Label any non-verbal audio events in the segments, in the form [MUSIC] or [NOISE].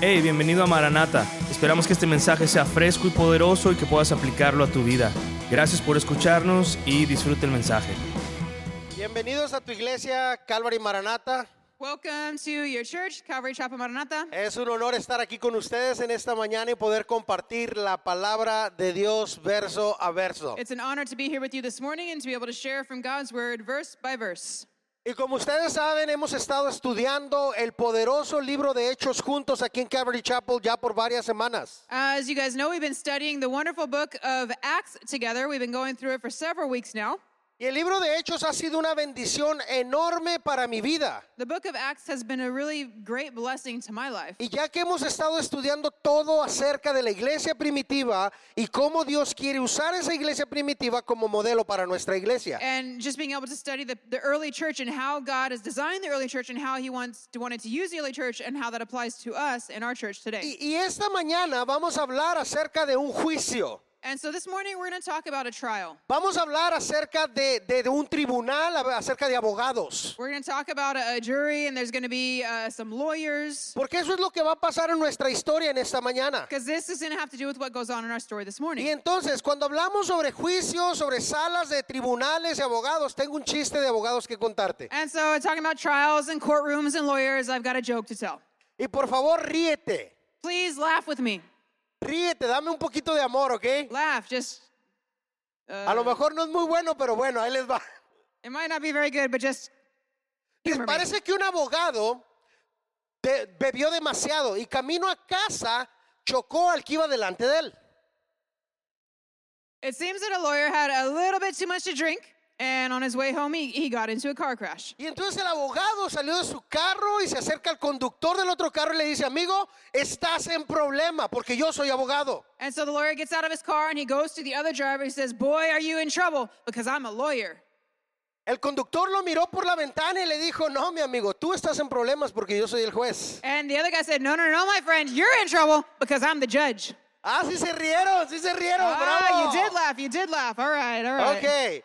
Hey, bienvenido a Maranata. Esperamos que este mensaje sea fresco y poderoso y que puedas aplicarlo a tu vida. Gracias por escucharnos y disfruta el mensaje. Bienvenidos a tu iglesia Calvary Maranata. Welcome to your church, Calvary Chapel Maranatha. Es un honor estar aquí con ustedes en esta mañana y poder compartir la palabra de Dios verso a verso. It's an honor to be here with you this morning and to be able to share from God's word verse by verse. Y como ustedes saben, hemos estado estudiando el poderoso libro de Hechos juntos aquí en Calvary Chapel ya por varias semanas. As you guys know, we've been studying the wonderful book of Acts together. We've been going through it for several weeks now. Y el libro de Hechos ha sido una bendición enorme para mi vida. The book of Acts has been a really great blessing to my life. Y ya que hemos estado estudiando todo acerca de la iglesia primitiva y cómo Dios quiere usar esa iglesia primitiva como modelo para nuestra iglesia. And just being able to study the, the early church and how God has designed the early church and how He wants to, wanted to use the early church and how that applies to us and our church today. Y, y esta mañana vamos a hablar acerca de un juicio. And so this morning we're going to talk about a trial. Vamos a hablar acerca de, de- de un tribunal, a- acerca de abogados. We're going to talk about a, a jury and there's going to be uh, some lawyers. Porque eso es lo que va a pasar en nuestra historia en esta mañana. Because this is going to have to do with what goes on in our story this morning. Y entonces, cuando hablamos sobre juicios, sobre salas de tribunales y abogados, tengo un chiste de abogados que contarte. And so, talking about trials and courtrooms and lawyers, I've got a joke to tell. Y por favor, ríete. Please laugh with me. Ríete, dame un poquito de amor, ¿ok? Laugh. Just, A lo mejor no es muy bueno, pero bueno, ahí les va. it might not be very good, but just, Dice, me. Parece que un abogado de- bebió demasiado y camino a casa chocó al que iba delante de él. it seems that a lawyer had a little bit too much to drink, and on his way home, he, he got into a car crash. Y entonces el abogado salió de su carro y se acerca al conductor del otro carro y le dice, amigo, estás en problema porque yo soy abogado. And so the lawyer gets out of his car and he goes to the other driver. He says, Boy, are you in trouble? Because I'm a lawyer. El conductor lo miró por la ventana y le dijo, no, mi amigo, tú estás en problemas porque yo soy el juez. And the other guy said, No, no, no, my friend, you're in trouble because I'm the judge. Ah, sí se rieron, sí se rieron, bravo. Ah, you did laugh. You did laugh. All right, all right. Ok.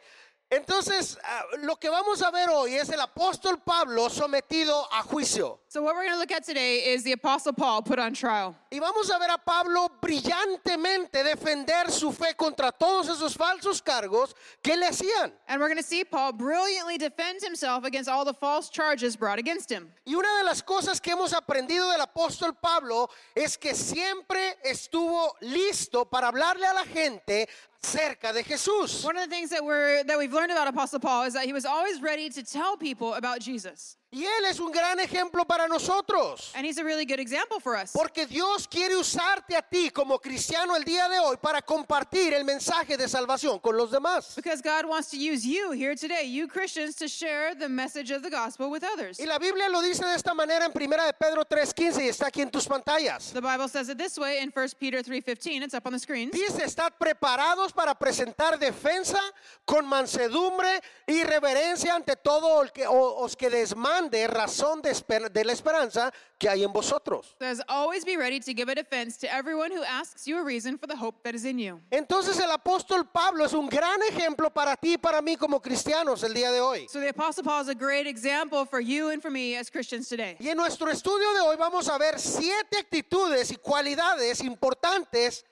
Entonces, ah, lo que vamos a ver hoy es el apóstol Pablo sometido a juicio. So what we're going to look at today is the apostle Paul put on trial. Y vamos a ver a Pablo brillantemente defender su fe contra todos esos falsos cargos que le hacían. And we're going to see Paul brilliantly defend himself against all the false charges brought against him. Y una de las cosas que hemos aprendido del apóstol Pablo es que siempre estuvo listo para hablarle a la gente acerca de Jesús. One of the things that we're that we've learned about apostle Paul is that he was always ready to tell people about Jesus. Y él es un gran ejemplo para nosotros. And he's a really good example for us. Porque Dios quiere usarte a ti como cristiano el día de hoy para compartir el mensaje de salvación con los demás. Because God wants to use you here today, you Christians, to share the message of the gospel with others. Y la Biblia lo dice de esta manera en 1 de Pedro 3:15 y está aquí en tus pantallas. The Bible says it this way in 1 Peter 3:15. It's up on the screens. Dice, estad preparados para presentar defensa con mansedumbre y reverencia ante todo el que o- os que desmande razón de, esper- de la esperanza que hay en vosotros. says always be ready to give a defense to everyone who asks you a reason for the hope that is in you. Entonces el apóstol Pablo es un gran ejemplo para ti y para mí como cristianos el día de hoy. So the Apostle Paul is a great example for you and for me as Christians today. Y en nuestro estudio de hoy vamos a ver siete actitudes y cualidades importantes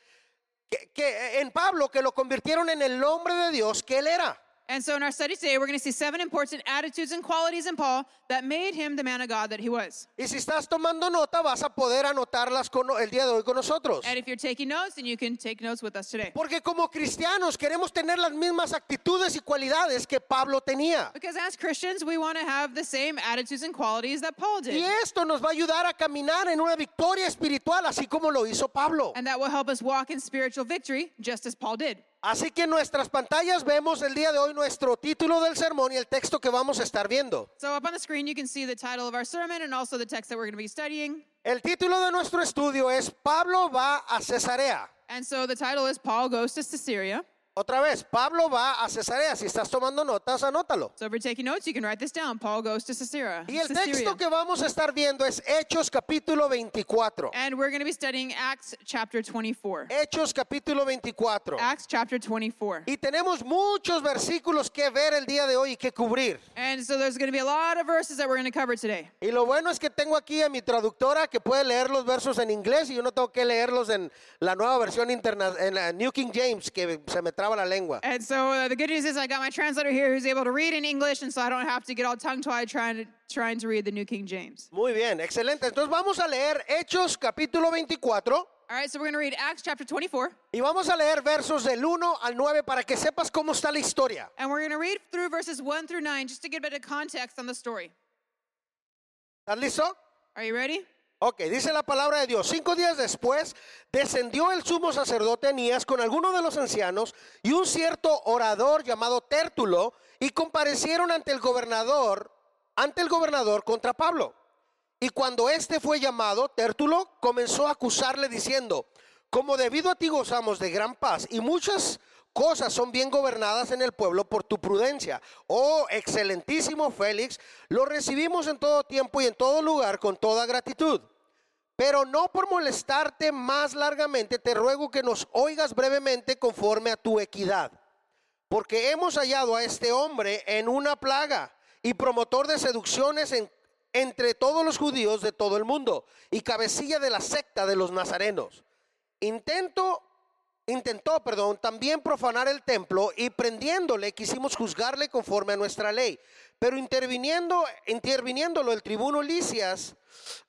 que, que- en Pablo que lo convirtieron en el hombre de Dios que él era. And so in our study today, we're going to see seven important attitudes and qualities in Paul that made him the man of God that he was. Y si estás tomando nota, vas a poder anotarlas con, el día de hoy con nosotros. And if you're taking notes, then you can take notes with us today. Porque como cristianos queremos tener las mismas actitudes y cualidades que Pablo tenía. Because as Christians, we want to have the same attitudes and qualities that Paul Y did. esto nos va a ayudar a caminar en una victoria espiritual, así como lo hizo Pablo. And that will help us walk in spiritual victory, just as Paul did. Así que en nuestras pantallas vemos el día de hoy nuestro título del sermón y el texto que vamos a estar viendo. So up on the screen, you can see the title of our sermon and also the text that we're going to be studying. El título de nuestro estudio es Pablo va a Cesarea. And so the title is Paul Goes to Caesarea. Otra vez, Pablo va a Cesarea. Si estás tomando notas, anótalo. So if you're taking notes, you can write this down. Paul goes to Caesarea. Y el Caesarea. texto que vamos a estar viendo es Hechos capítulo 24. And we're going to be studying Acts chapter 24. Hechos capítulo 24. Acts chapter 24. Eh. Y tenemos muchos versículos que ver el día de hoy y que cubrir. And so there's going to be a lot of verses that we're going to cover today. Y lo bueno es que tengo aquí a mi traductora que puede leer los versos en inglés y yo no tengo que leerlos en la nueva versión interna en la New King James que se me traba la lengua. And so uh, the good news is I got my translator here who's able to read in English, and so I don't have to get all tongue-tied trying to trying to read the New King James. Muy bien, excelente. Entonces vamos a leer Hechos capítulo 24 All right, so we're going to read Acts chapter 24, y vamos a leer versos del 1 al 9 para que sepas cómo está la historia. and we're going to read through verses 1 through 9 just to get a bit of context on the story. ¿Estás listo? Are you ready? Ok, dice la palabra de Dios. Cinco días después descendió el sumo sacerdote Anías con algunos de los ancianos y un cierto orador llamado Tértulo y comparecieron ante el gobernador, ante el gobernador contra Pablo. Y cuando éste fue llamado, Tértulo comenzó a acusarle diciendo, como debido a ti gozamos de gran paz y muchas cosas son bien gobernadas en el pueblo por tu prudencia. Oh, excelentísimo Félix, lo recibimos en todo tiempo y en todo lugar con toda gratitud. Pero no por molestarte más largamente, te ruego que nos oigas brevemente conforme a tu equidad. Porque hemos hallado a este hombre en una plaga y promotor de seducciones en- entre todos los judíos de todo el mundo y cabecilla de la secta de los nazarenos. Intento, intentó, perdón, también profanar el templo y prendiéndole quisimos juzgarle conforme a nuestra ley. Pero interviniendo, interviniéndolo el tribuno Licias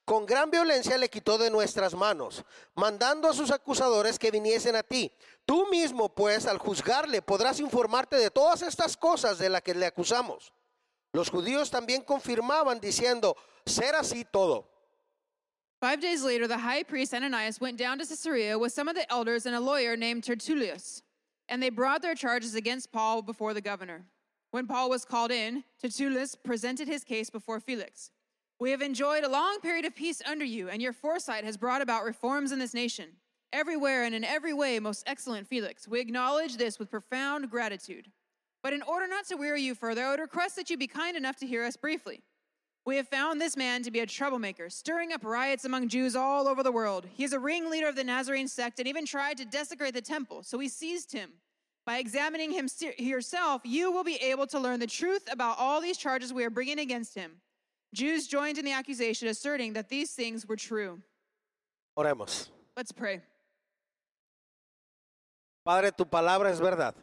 con gran violencia le quitó de nuestras manos, mandando a sus acusadores que viniesen a ti. Tú mismo, pues, al juzgarle, podrás informarte de todas estas cosas de las que le acusamos. Los judíos también confirmaban diciendo, ser así todo. Five days later, the high priest Ananias went down to Caesarea with some of the elders and a lawyer named Tertullus, and they brought their charges against Paul before the governor. When Paul was called in, Tertullus presented his case before Felix. We have enjoyed a long period of peace under you, and your foresight has brought about reforms in this nation. Everywhere and in every way, most excellent Felix, we acknowledge this with profound gratitude. But in order not to weary you further, I would request that you be kind enough to hear us briefly. We have found this man to be a troublemaker, stirring up riots among Jews all over the world. He is a ringleader of the Nazarene sect and even tried to desecrate the temple, so we seized him. By examining him se- yourself, you will be able to learn the truth about all these charges we are bringing against him. Jews joined in the accusation, asserting that these things were true. Oremos. Let's pray. Padre, tu palabra es verdad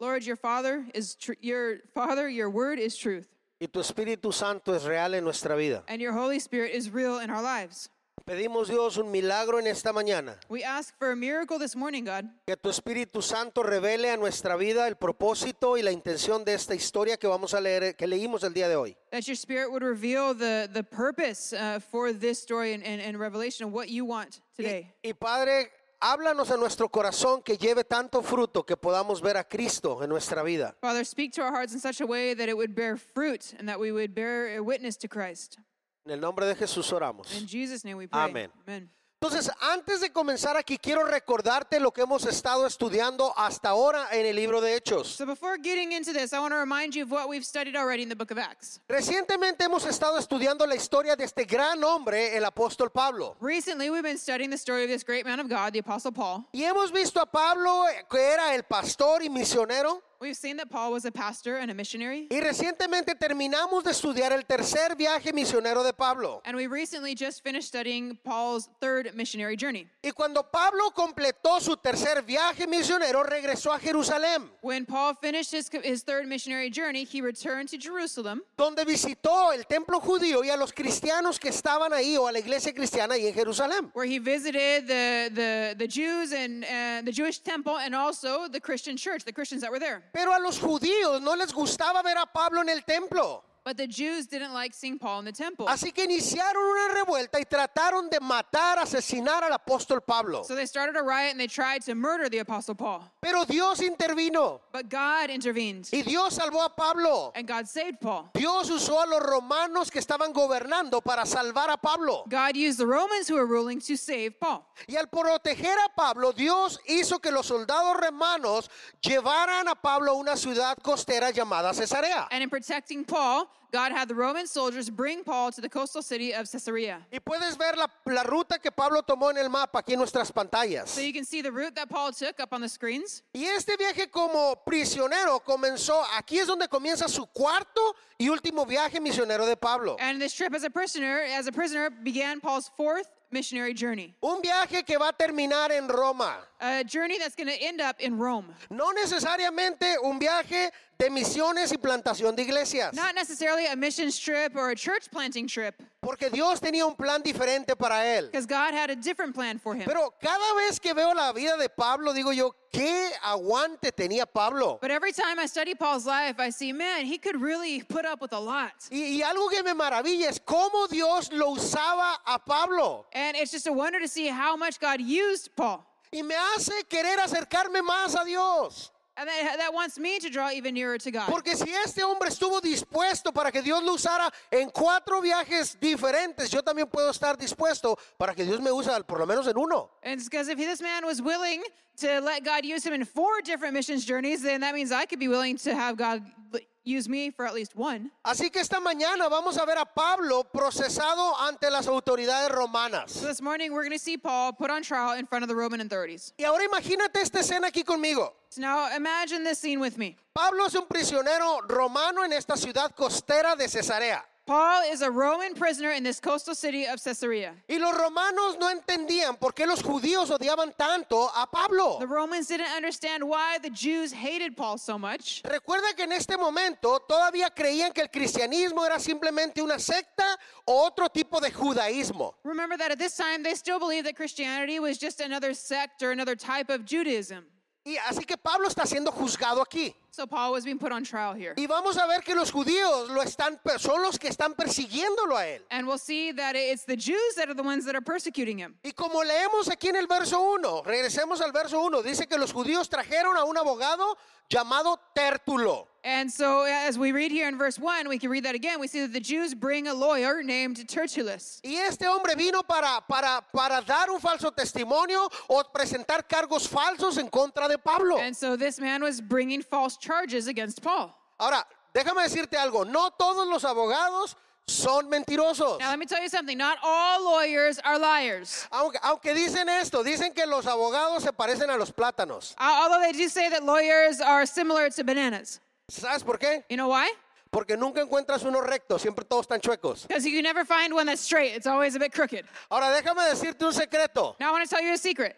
Lord, your Father is tr- your Father, your word is truth, y tu Espíritu Santo es real en nuestra vida. and your Holy Spirit is real in our lives. Pedimos Dios un milagro en esta mañana. We ask for a miracle this morning, God. Que tu Espíritu Santo revele a nuestra vida el propósito y la intención de esta historia que vamos a leer, que leímos el día de hoy. That your spirit would reveal the, the purpose uh, for this story and, and, and revelation of what you want today. Y, y, Padre, háblanos a nuestro corazón que lleve tanto fruto que podamos ver a Cristo en nuestra vida. Father, speak to our hearts in such a way that it would bear fruit and that we would bear a witness to Christ. En el nombre de Jesús oramos. In Jesus' name we pray. Amen. Amen. Entonces, antes de comenzar aquí, quiero recordarte lo que hemos estado estudiando hasta ahora en el libro de Hechos. So before getting into this, I want to remind you of what we've studied already in the book of Acts. Recientemente hemos estado estudiando la historia de este gran hombre, el apóstol Pablo. Recently, we've been studying the story of this great man of God, the Apostle Paul. Y hemos visto a Pablo, eh, que era el pastor y misionero. We've seen that Paul was a pastor and a missionary. Y recientemente terminamos de estudiar el tercer viaje misionero de Pablo. And we recently just finished studying Paul's third missionary journey. Y cuando Pablo completó su tercer viaje misionero, regresó a Jerusalén, When Paul finished his, his third missionary journey, he returned to Jerusalem, donde visitó el templo judío y a los cristianos que estaban ahí o a la iglesia cristiana ahí en Jerusalén. where he visited the, the, the Jews and uh, the Jewish temple and also the Christian church, the Christians that were there. Pero a los judíos no les gustaba ver a Pablo en el templo. But the Jews didn't like seeing Paul in the temple. Así que iniciaron una revuelta y trataron de matar, asesinar al apóstol Pablo. So they started a riot and they tried to murder the Apostle Paul. Pero Dios intervino But God intervened y Dios salvó a Pablo. and God saved Paul. Dios usó a los romanos que estaban gobernando para salvar a Pablo. God used the Romans who were ruling to save Paul. Y al proteger a Pablo, Dios hizo que los soldados romanos llevaran a Pablo a una ciudad costera llamada Cesarea. And in protecting Paul, God had the Roman soldiers bring Paul to the coastal city of Caesarea. Y puedes ver la, la ruta que Pablo tomó en el mapa aquí en nuestras pantallas. So you can see the route that Paul took up on the screens. Y este viaje como prisionero comenzó, aquí es donde comienza su cuarto y último viaje misionero de Pablo. And this trip as a prisoner, as a prisoner, began Paul's fourth missionary journey. Un viaje que va a terminar en Roma. A journey that's going to end up in Rome. No necesariamente un viaje de misiones y plantación de iglesias, Not necessarily a missions trip or a church planting trip, porque Dios tenía un plan diferente para él. because God had a different plan for him. [LAUGHS] Pero cada vez que veo la vida de Pablo, digo yo, ¿qué aguante tenía Pablo? But every time I study Paul's life, I see, man, he could really put up with a lot. Y, y algo que me maravilla es cómo Dios lo usaba a Pablo. And it's just a wonder to see how much God used Paul. Y me hace querer acercarme más a Dios. And that, that wants me to draw even nearer to God. Porque si este hombre estuvo dispuesto para que Dios lo usara en cuatro viajes diferentes, yo también puedo estar dispuesto para que Dios me use al- por lo menos en uno. And it's because if this man was willing to let God use him in four different missions journeys, then that means I could be willing to have God l- use me for at least one. Así que esta mañana vamos a ver a Pablo procesado ante las autoridades So romanas. this morning, we're going to see Paul put on trial in front of the Roman authorities. Y ahora imagínate esta escena aquí conmigo. So now imagine this scene with me. Pablo es un prisionero romano en esta ciudad costera de Cesarea. Paul is a Roman prisoner in this coastal city of Caesarea. Y los romanos no entendían por qué los judíos odiaban tanto a Pablo. The Romans didn't understand why the Jews hated Paul so much. Recuerda que en este momento todavía creían que el cristianismo era simplemente una secta o otro tipo de judaísmo. Remember that at this time, they still believed that Christianity was just another sect or another type of Judaism. Y así que Pablo está siendo juzgado aquí. So Paul was being put on trial here. Y vamos a ver que los judíos lo están, per- son los que están persiguiéndolo a él. And we'll see that it's the Jews that are the ones that are persecuting him. Y como leemos aquí en el verso 1, regresemos al verso 1, dice que los judíos trajeron a un abogado llamado Tértulo. And so, as we read here in verse 1, we can read that again. We see that the Jews bring a lawyer named Tertullus. Y este hombre vino para, para, para dar un falso testimonio o presentar cargos falsos en contra de Pablo. And so, this man was bringing false charges against Paul. Ahora, déjame decirte algo, no todos los abogados son mentirosos. Now, let me tell you something not all lawyers are liars. Aunque, aunque dicen esto, dicen que los abogados se parecen a los plátanos. Al- Uh, Although they do say that lawyers are similar to bananas. ¿Sabes por qué? You know why? Porque nunca encuentras uno recto, siempre todos están chuecos. Because you can never find one that's straight, it's always a bit crooked. Ahora, déjame decirte un secreto. Now, I want to tell you a secret.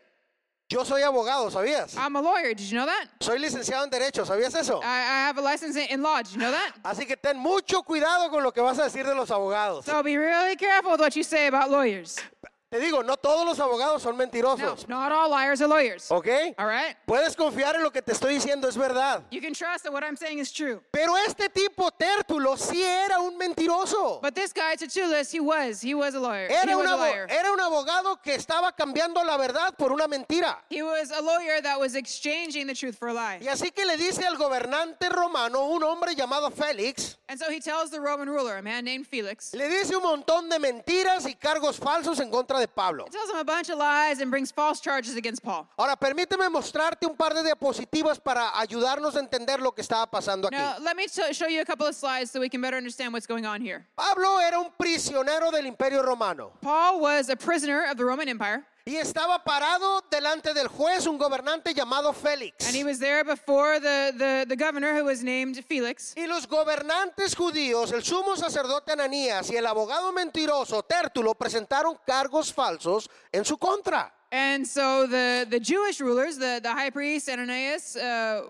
Yo soy abogado, ¿sabías? I'm a lawyer. Did you know that? Soy licenciado en Derecho, ¿sabías eso? I, I have a license in, in law. Did you know that? Así que ten mucho cuidado con lo que vas a decir de los abogados. So be really careful with what you say about lawyers. Te digo, no todos los abogados son No, mentirosos, not all liars are lawyers. ¿ok? All right? Puedes confiar en lo que te estoy diciendo, es verdad. You can trust that what I'm saying is true. Pero este tipo Tértulo sí era un mentiroso. But this guy, Tertullus, he was. He was a lawyer. He Era un, was a abo- liar. era un abogado que estaba cambiando la verdad por una mentira. He was a lawyer that was exchanging the truth for a lie. Y así que le dice al gobernante romano, un hombre llamado Félix, And so he tells the Roman ruler, a man named Felix, le dice un montón de mentiras y cargos falsos en contra de Pablo. he tells him a bunch of lies and brings false charges against Paul. Ahora, permíteme mostrarte un par de diapositivas para ayudarnos a entender lo que estaba pasando aquí. Now, let me t- show you a couple of slides so we can better understand what's going on here. Pablo era un prisionero del imperio romano Paul was a prisoner of the Roman Empire, y estaba parado delante del juez, un gobernante llamado Félix. and he was there before the, the, the governor who was named Felix. Y los gobernantes judíos, el sumo sacerdote Ananías y el abogado mentiroso Tértulo presentaron cargos falsos en su contra. And so the, the Jewish rulers, the, the high priest Ananias, uh,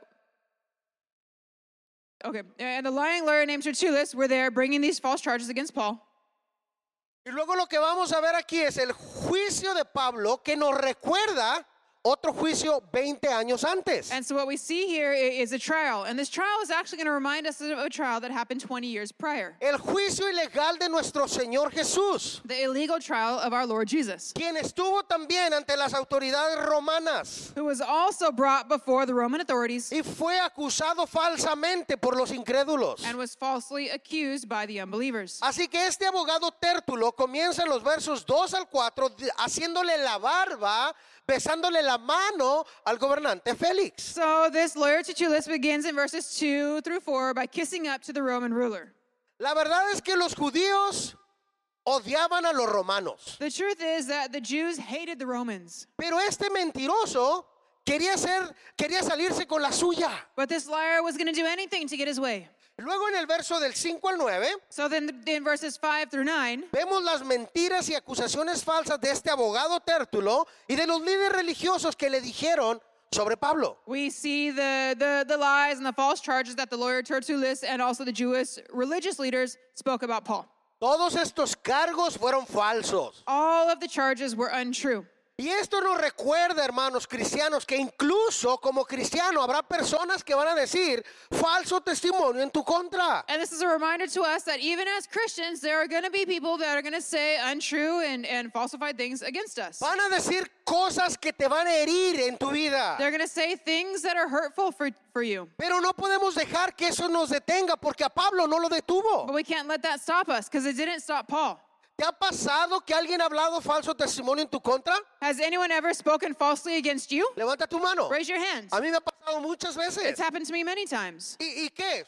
okay, and the lying lawyer named Tertullus were there bringing these false charges against Paul. Y luego lo que vamos a ver aquí es el juicio de Pablo que nos recuerda otro juicio 20 años antes. And so what we see here i- is a trial. And this trial is actually going to remind us of a trial that happened 20 years prior. El juicio ilegal de nuestro Señor Jesús, The illegal trial of our Lord Jesus, quien estuvo también ante las autoridades romanas who was also brought before the Roman authorities y fue acusado falsamente por los incrédulos. and was falsely accused by the unbelievers. Así que este abogado tértulo comienza en los versos 2 al 4 di- haciéndole la barba, besándole la mano al gobernante Félix. So this lawyer Tertullus begins in verses 2 through 4 by kissing up to the Roman ruler. La verdad es que los judíos odiaban a los romanos, The truth is that the Jews hated the Romans, pero este mentiroso quería ser quería salirse con la suya. but this liar was going to do anything to get his way. Luego en el verso del 5 al 9 So then in verses 5 through 9, Vemos las mentiras y acusaciones falsas de este abogado tértulo y de los líderes religiosos que le dijeron sobre Pablo. we see the, the, the lies and the false charges that the lawyer Tertullus and also the Jewish religious leaders spoke about Paul. Todos estos cargos fueron falsos. All of the charges were untrue. Y esto nos recuerda, hermanos cristianos, que incluso como cristiano habrá personas que van a decir falso testimonio en tu contra. And this is a reminder to us that even as Christians, there are going to be people that are going to say untrue and, and falsified things against us. Van a decir cosas que te van a herir en tu vida. They're going to say things that are hurtful for, for you. Pero no podemos dejar que eso nos detenga porque a Pablo no lo detuvo. But we can't let that stop us because it didn't stop Paul. ¿Te ha pasado que alguien ha hablado falso testimonio en tu contra? Has anyone ever spoken falsely against you? Levanta tu mano. Raise your hand. A mí me ha pasado muchas veces. It's happened to me many times. ¿Y, y qué?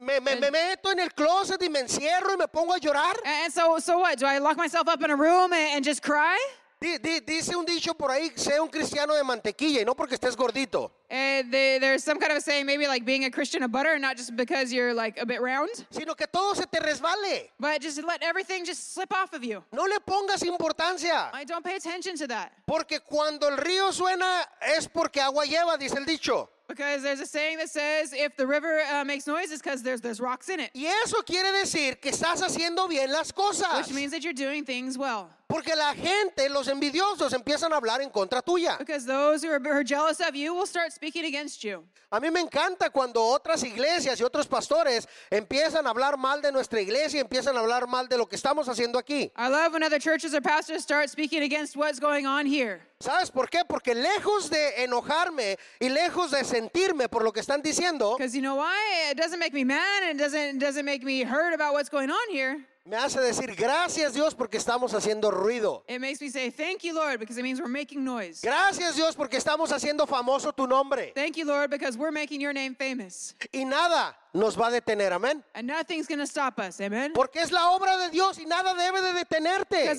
Me, me- me meto en el closet y me encierro y me pongo a llorar. A- And so, so what? Do I lock myself up in a room and, and just cry? Di- di- dice un dicho por ahí, sea un cristiano de mantequilla y no porque estés gordito. Uh, the, there's some kind of a saying, maybe like being a Christian of butter, not just because you're like a bit round, Sino que todo se te resbale. but just let everything just slip off of you. No le pongas importancia. I don't pay attention to that Porque cuando el río suena es porque agua lleva, dice el dicho. because there's a saying that says if the river uh, makes noise, it's because there's there's rocks in it, Y eso quiere decir que estás haciendo bien las cosas. which means that you're doing things well. Porque la gente, los envidiosos, empiezan a hablar en contra tuya. Because those who are, who are jealous of you will start speaking against you. A mí me encanta cuando otras iglesias y otros pastores empiezan a hablar mal de nuestra iglesia y empiezan a hablar mal de lo que estamos haciendo aquí. I love when other churches or pastors start speaking against what's going on here. ¿Sabes por qué? Porque lejos de enojarme y lejos de sentirme por lo que están diciendo, Because you know why? It doesn't make me mad and it doesn't, it doesn't make me hurt about what's going on here. me hace decir gracias Dios porque estamos haciendo ruido. It makes me say, Thank you, Lord, because it means we're making noise. Gracias Dios porque estamos haciendo famoso tu nombre. Thank you, Lord, because we're making your name famous. Y nada nos va a detener, amén. And nothing's going to stop us. Amen. Porque es la obra de Dios y nada debe de Because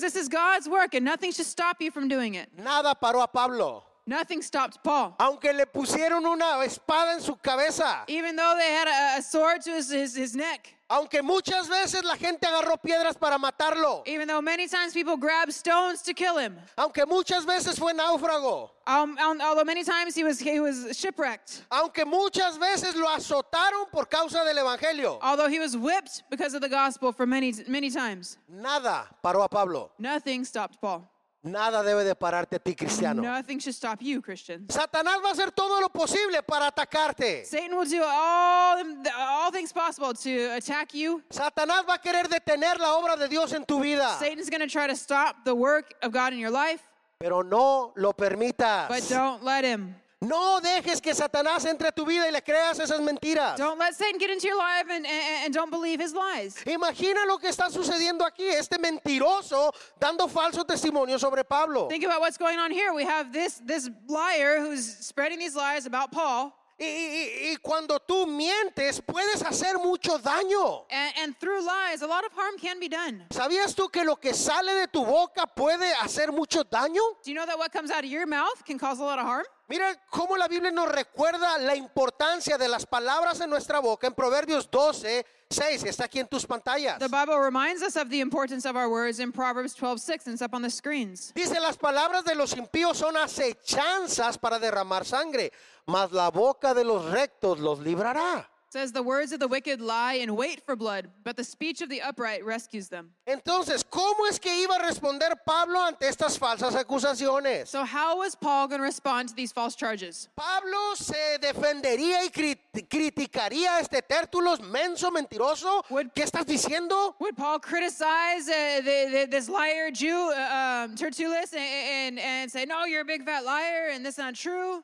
detenerte. this is God's work and nothing should stop you from doing it. Nada paró a Pablo, Nothing stopped Paul. aunque le pusieron una espada en su cabeza. Even though they had a, a sword to his, his, his neck, Aunque muchas veces la gente agarró piedras para matarlo. even though many times people grabbed stones to kill him, Aunque muchas veces fue náufrago. um, um, although many times he was, he was shipwrecked, Aunque muchas veces lo azotaron por causa del Evangelio. although he was whipped because of the gospel for many, many times, Nada paró a Pablo. nothing stopped Paul. Nada debe de pararte a ti, cristiano. Nothing should stop you, Christian. Satanás va a hacer todo lo posible para atacarte. Satan will do all, all things possible to attack you. Satanás va a querer detener la obra de Dios en tu vida. Satan's going to try to stop the work of God in your life, Pero no lo but permitas. don't let him. No dejes que Satanás entre a tu vida y le creas esas mentiras. Don't let Satan get into your life and, and, and don't believe his lies. Imagina lo que está sucediendo aquí, este mentiroso dando falso testimonio sobre Pablo. Think about what's going on here. We have this this liar who's spreading these lies about Paul, Y, y- y- y cuando tú mientes, puedes hacer mucho daño. and, and through lies, a lot of harm can be done. ¿Sabías tú que lo que sale de tu boca puede hacer mucho daño? Do you know that what comes out of your mouth can cause a lot of harm? Mira cómo la Biblia nos recuerda la importancia de las palabras en nuestra boca en Proverbios 12, 6. Está aquí en tus pantallas. The Bible reminds us of the importance of our words in Proverbs 12:6, and it's up on the screens. Dice, las palabras de los impíos son acechanzas para derramar sangre, mas la boca de los rectos los librará. says the words of the wicked lie in wait for blood, but the speech of the upright rescues them. Entonces, ¿cómo es que iba a responder Pablo ante estas falsas acusaciones? So how was Paul going to respond to these false charges? Pablo se defendería y crit- criticaría a este tértulos menso, mentiroso. Would- ¿Qué estás diciendo? Would Paul criticize uh, the, the, this liar Jew, uh, um, Tertullus, and, and, and say, no, you're a big fat liar and that's not true?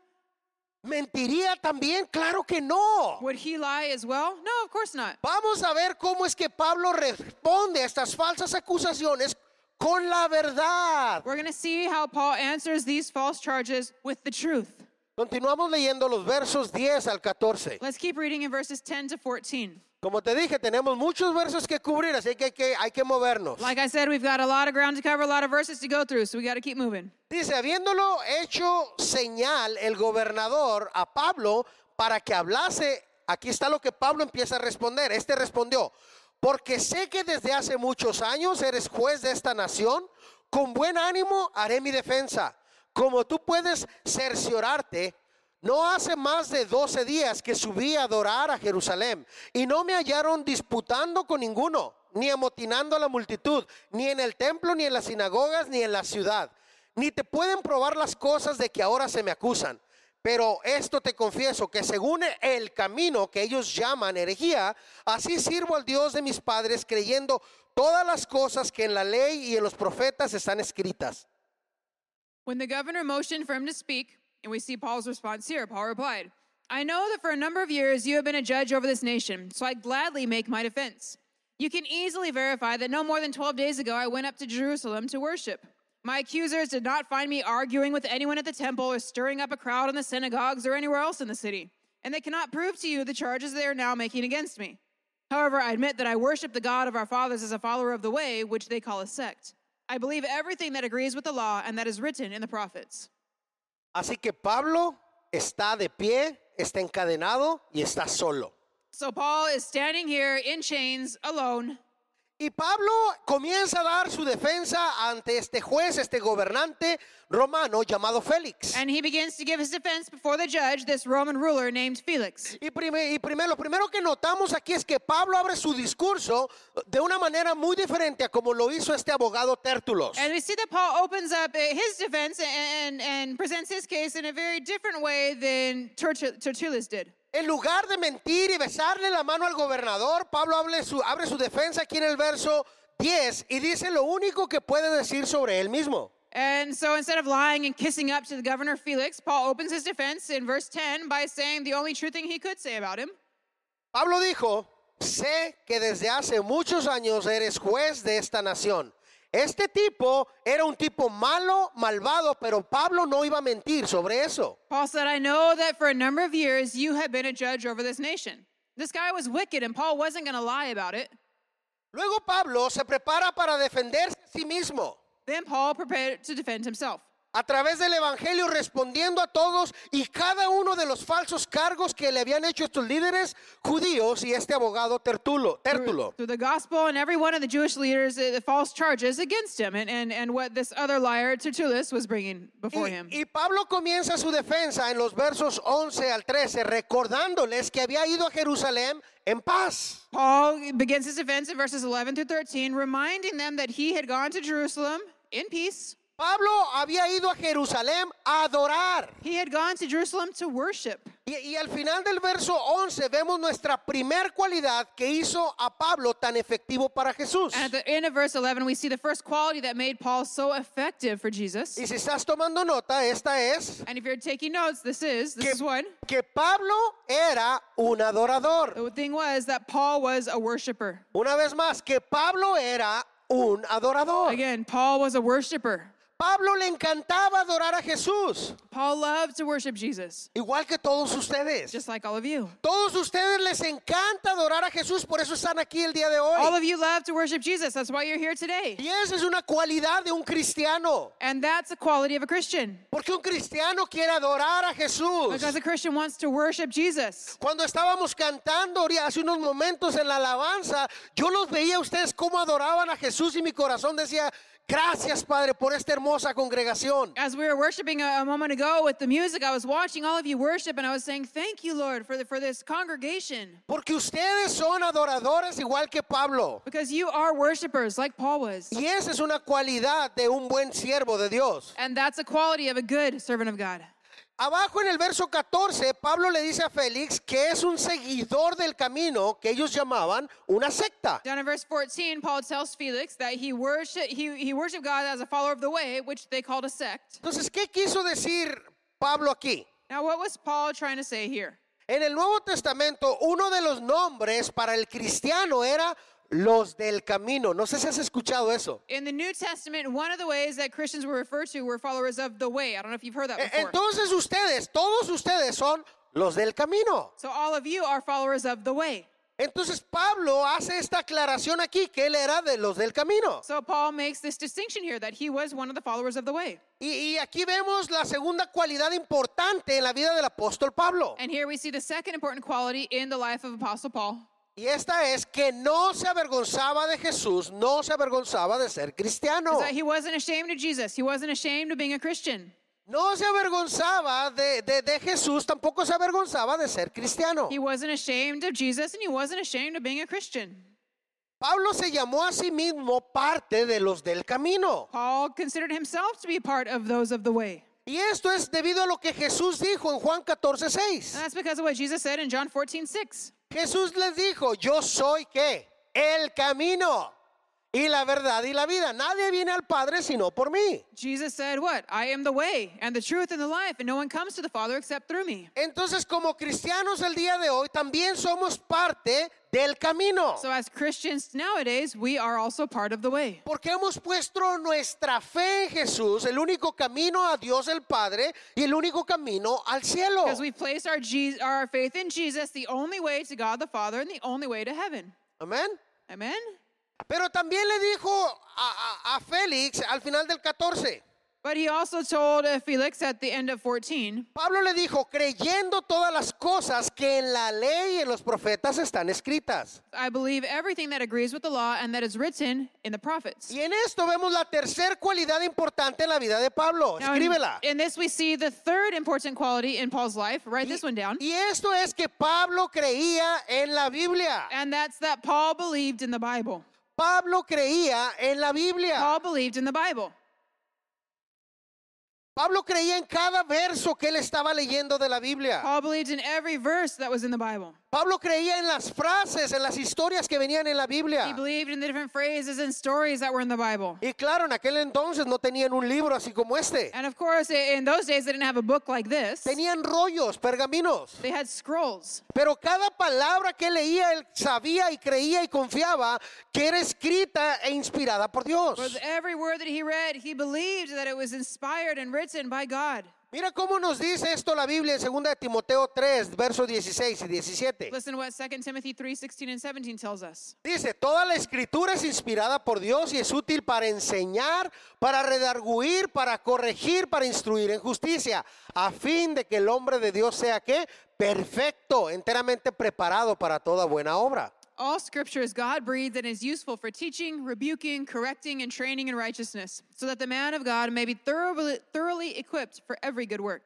¿Mentiría también? Claro que no. Would he lie as well? No, of course not. Vamos a ver cómo es que Pablo responde a estas falsas acusaciones con la verdad. We're going to see how Paul answers these false charges with the truth. Continuamos leyendo los versos 10 al 14. Let's keep reading in verses 10 to 14. Como te dije, tenemos muchos versos que cubrir, así que hay que, hay que movernos. Like I said, we've got a lot of ground to cover, a lot of verses to go through, so we got to keep moving. Dice, habiéndolo hecho señal el gobernador a Pablo para que hablase, aquí está lo que Pablo empieza a responder. Este respondió, porque sé que desde hace muchos años eres juez de esta nación, con buen ánimo haré mi defensa. Como tú puedes cerciorarte, no hace más de 12 días que subí a adorar a Jerusalén y no me hallaron disputando con ninguno, ni amotinando a la multitud, ni en el templo, ni en las sinagogas, ni en la ciudad. Ni te pueden probar las cosas de que ahora se me acusan. Pero esto te confieso, que según el camino que ellos llaman herejía, así sirvo al Dios de mis padres creyendo todas las cosas que en la ley y en los profetas están escritas. When the governor motioned for him to speak, and we see Paul's response here, Paul replied, I know that for a number of years you have been a judge over this nation, so I gladly make my defense. You can easily verify that no more than 12 days ago I went up to Jerusalem to worship. My accusers did not find me arguing with anyone at the temple or stirring up a crowd in the synagogues or anywhere else in the city, and they cannot prove to you the charges they are now making against me. However, I admit that I worship the God of our fathers as a follower of the way, which they call a sect. I believe everything that agrees with the law and that is written in the prophets. Así que Pablo está de pie, está encadenado y está solo. So Paul is standing here in chains alone, Y Pablo comienza a dar su defensa ante este juez, este gobernante romano llamado Félix. and he begins to give his defense before the judge, this Roman ruler named Felix. Y, prime- y primero, lo primero que notamos aquí es que Pablo abre su discurso de una manera muy diferente a como lo hizo este abogado Tértulos. And we see that Paul opens up uh, his defense and, and presents his case in a very different way than Tertu- Tertullus did. En lugar de mentir y besarle la mano al gobernador, Pablo abre su, abre su defensa aquí en el verso 10 y dice lo único que puede decir sobre él mismo. And so instead of lying and kissing up to the governor Felix, Paul opens his defense in verse 10 by saying the only true thing he could say about him Pablo dijo, sé que desde hace muchos años eres juez de esta nación. Este tipo era un tipo malo, malvado, pero Pablo no iba a mentir sobre eso. Paul said, I know that for a number of years you have been a judge over this nation. This guy was wicked, and Paul wasn't going to lie about it. Luego Pablo se prepara para defenderse a sí mismo Then Paul prepared to defend himself. a través del Evangelio respondiendo a todos y cada uno de los falsos cargos que le habían hecho estos líderes judíos y este abogado Tertulo, Tértulo. Through the gospel and every one of the Jewish leaders, uh, the false charges against him and, and, and what this other liar, Tertullus, was bringing before him. Y, y Pablo comienza su defensa en los versos 11 al 13 recordándoles que había ido a Jerusalén en paz. Paul begins his defense in verses 11 through 13, reminding them that he had gone to Jerusalem in peace. Pablo había ido a Jerusalén a adorar. He had gone to Jerusalem to worship. Y, y al final del verso 11 vemos nuestra primer cualidad que hizo a Pablo tan efectivo para Jesús. And at the end of verse 11, we see the first quality that made Paul so effective for Jesus. Y si estás tomando nota, esta es And if you're taking notes, this is this que, is one. que Pablo era un adorador. The thing was that Paul was a worshiper. Una vez más, que Pablo era un adorador. Again, Paul was a worshiper. Pablo le encantaba adorar a Jesús, Paul loved to worship Jesus, igual que todos ustedes. just like all of you. Todos ustedes les encanta adorar a Jesús, por eso están aquí el día de All hoy. of you love to worship Jesus. That's why you're here today. Y esa es una cualidad de un cristiano, And that's a quality of a Christian. porque un cristiano quiere adorar a Jesús. Because a Christian wants to worship Jesus. Cuando estábamos cantando ahorita- hace unos momentos en la alabanza, yo los veía a ustedes cómo adoraban a Jesús y mi corazón decía, Gracias, Padre, por esta hermosa congregación. As we were worshiping a, a moment ago with the music, I was watching all of you worship and I was saying, Thank you, Lord, for, the, for this congregation. Porque ustedes son adoradores igual que Pablo. Because you are worshipers like Paul was. Y esa es una cualidad de un buen siervo de Dios. And that's a quality of a good servant of God. Abajo en el verso 14, Pablo le dice a Félix que es un seguidor del camino que ellos llamaban una secta. Down in verse 14, Paul tells Felix that he worship he, he worshiped God as a follower of the way, which they called a sect. Entonces, ¿qué quiso decir Pablo aquí? Now, what was Paul trying to say here? En el Nuevo Testamento, uno de los nombres para el cristiano era los del camino. No sé si has escuchado eso. In the New Testament, one of the ways that Christians were referred to were followers of the way. I don't know if you've heard that E- before. Entonces ustedes, todos ustedes son los del camino. So all of you are followers of the way. Entonces Pablo hace esta aclaración aquí que él era de los del camino. So Paul makes this distinction here that he was one of the followers of the way. Y, y aquí vemos la segunda cualidad importante en la vida del apóstol Pablo. And here we see the second important quality in the life of Apostle Paul. Y esta es que no se avergonzaba de Jesús, no se avergonzaba de ser cristiano. Is that he wasn't ashamed of Jesus. He wasn't ashamed of being a Christian. No se avergonzaba de, de- de Jesús, tampoco se avergonzaba de ser cristiano. He wasn't ashamed of Jesus and he wasn't ashamed of being a Christian. Pablo se llamó a sí mismo parte de los del camino. Paul considered himself to be part of those of the way. Y esto es debido a lo que Jesús dijo en Juan 14, And 6. that's because of what Jesus said in John 14, 6. Jesús les dijo, yo soy qué? El camino y la verdad y la vida. Nadie viene al Padre sino por mí. Jesus said, What? I am the way and the truth and the life, and no one comes to the Father except through me. Entonces, como cristianos el día de hoy, también somos parte del camino. So, as Christians nowadays, we are also part of the way. Porque hemos puesto nuestra fe en Jesús, el único camino a Dios el Padre y el único camino al cielo. Because we've placed our, Je- our faith in Jesus, the only way to God the Father and the only way to heaven. Amén. Amen? Pero también le dijo a, a- a Félix al final del 14. But he also told uh, Felix at the end of 14, Pablo le dijo, creyendo todas las cosas que en la ley y en los profetas están escritas. I believe everything that agrees with the law and that is written in the prophets. Y en esto vemos la tercera cualidad importante en la vida de Pablo. Now, in, Escríbela. in this, we see the third important quality in Paul's life. Write this one down. Y esto es que Pablo creía en la Biblia. And that's that Paul believed in the Bible. Pablo creía en la Biblia. Paul believed in the Bible. Pablo creía en cada verso que él estaba leyendo de la Biblia. Paul believed in every verse that was in the Bible. Pablo creía en las frases, en las historias que venían en la He Biblia. believed in the different phrases and stories that were in the Bible. Y claro, en aquel entonces no tenían un libro así como este. And of course, i- in those days, they didn't have a book like this. Tenían rollos, pergaminos. They had scrolls. Pero cada palabra que leía, él sabía y creía y confiaba que era escrita e inspirada por Dios. Every word that he read, he believed that it was inspired and written by God. Mira cómo nos dice esto la Biblia en 2 de Timoteo 3, versos 16 y 17. Listen to what 2 Timothy 3 16 and 17 tells us. Dice, toda la escritura es inspirada por Dios y es útil para enseñar, para redarguir, para corregir, para instruir en justicia, a fin de que el hombre de Dios sea qué? Perfecto, enteramente preparado para toda buena obra. All scripture is God breathed and is useful for teaching, rebuking, correcting, and training in righteousness, so that the man of God may be thoroughly, thoroughly equipped for every good work.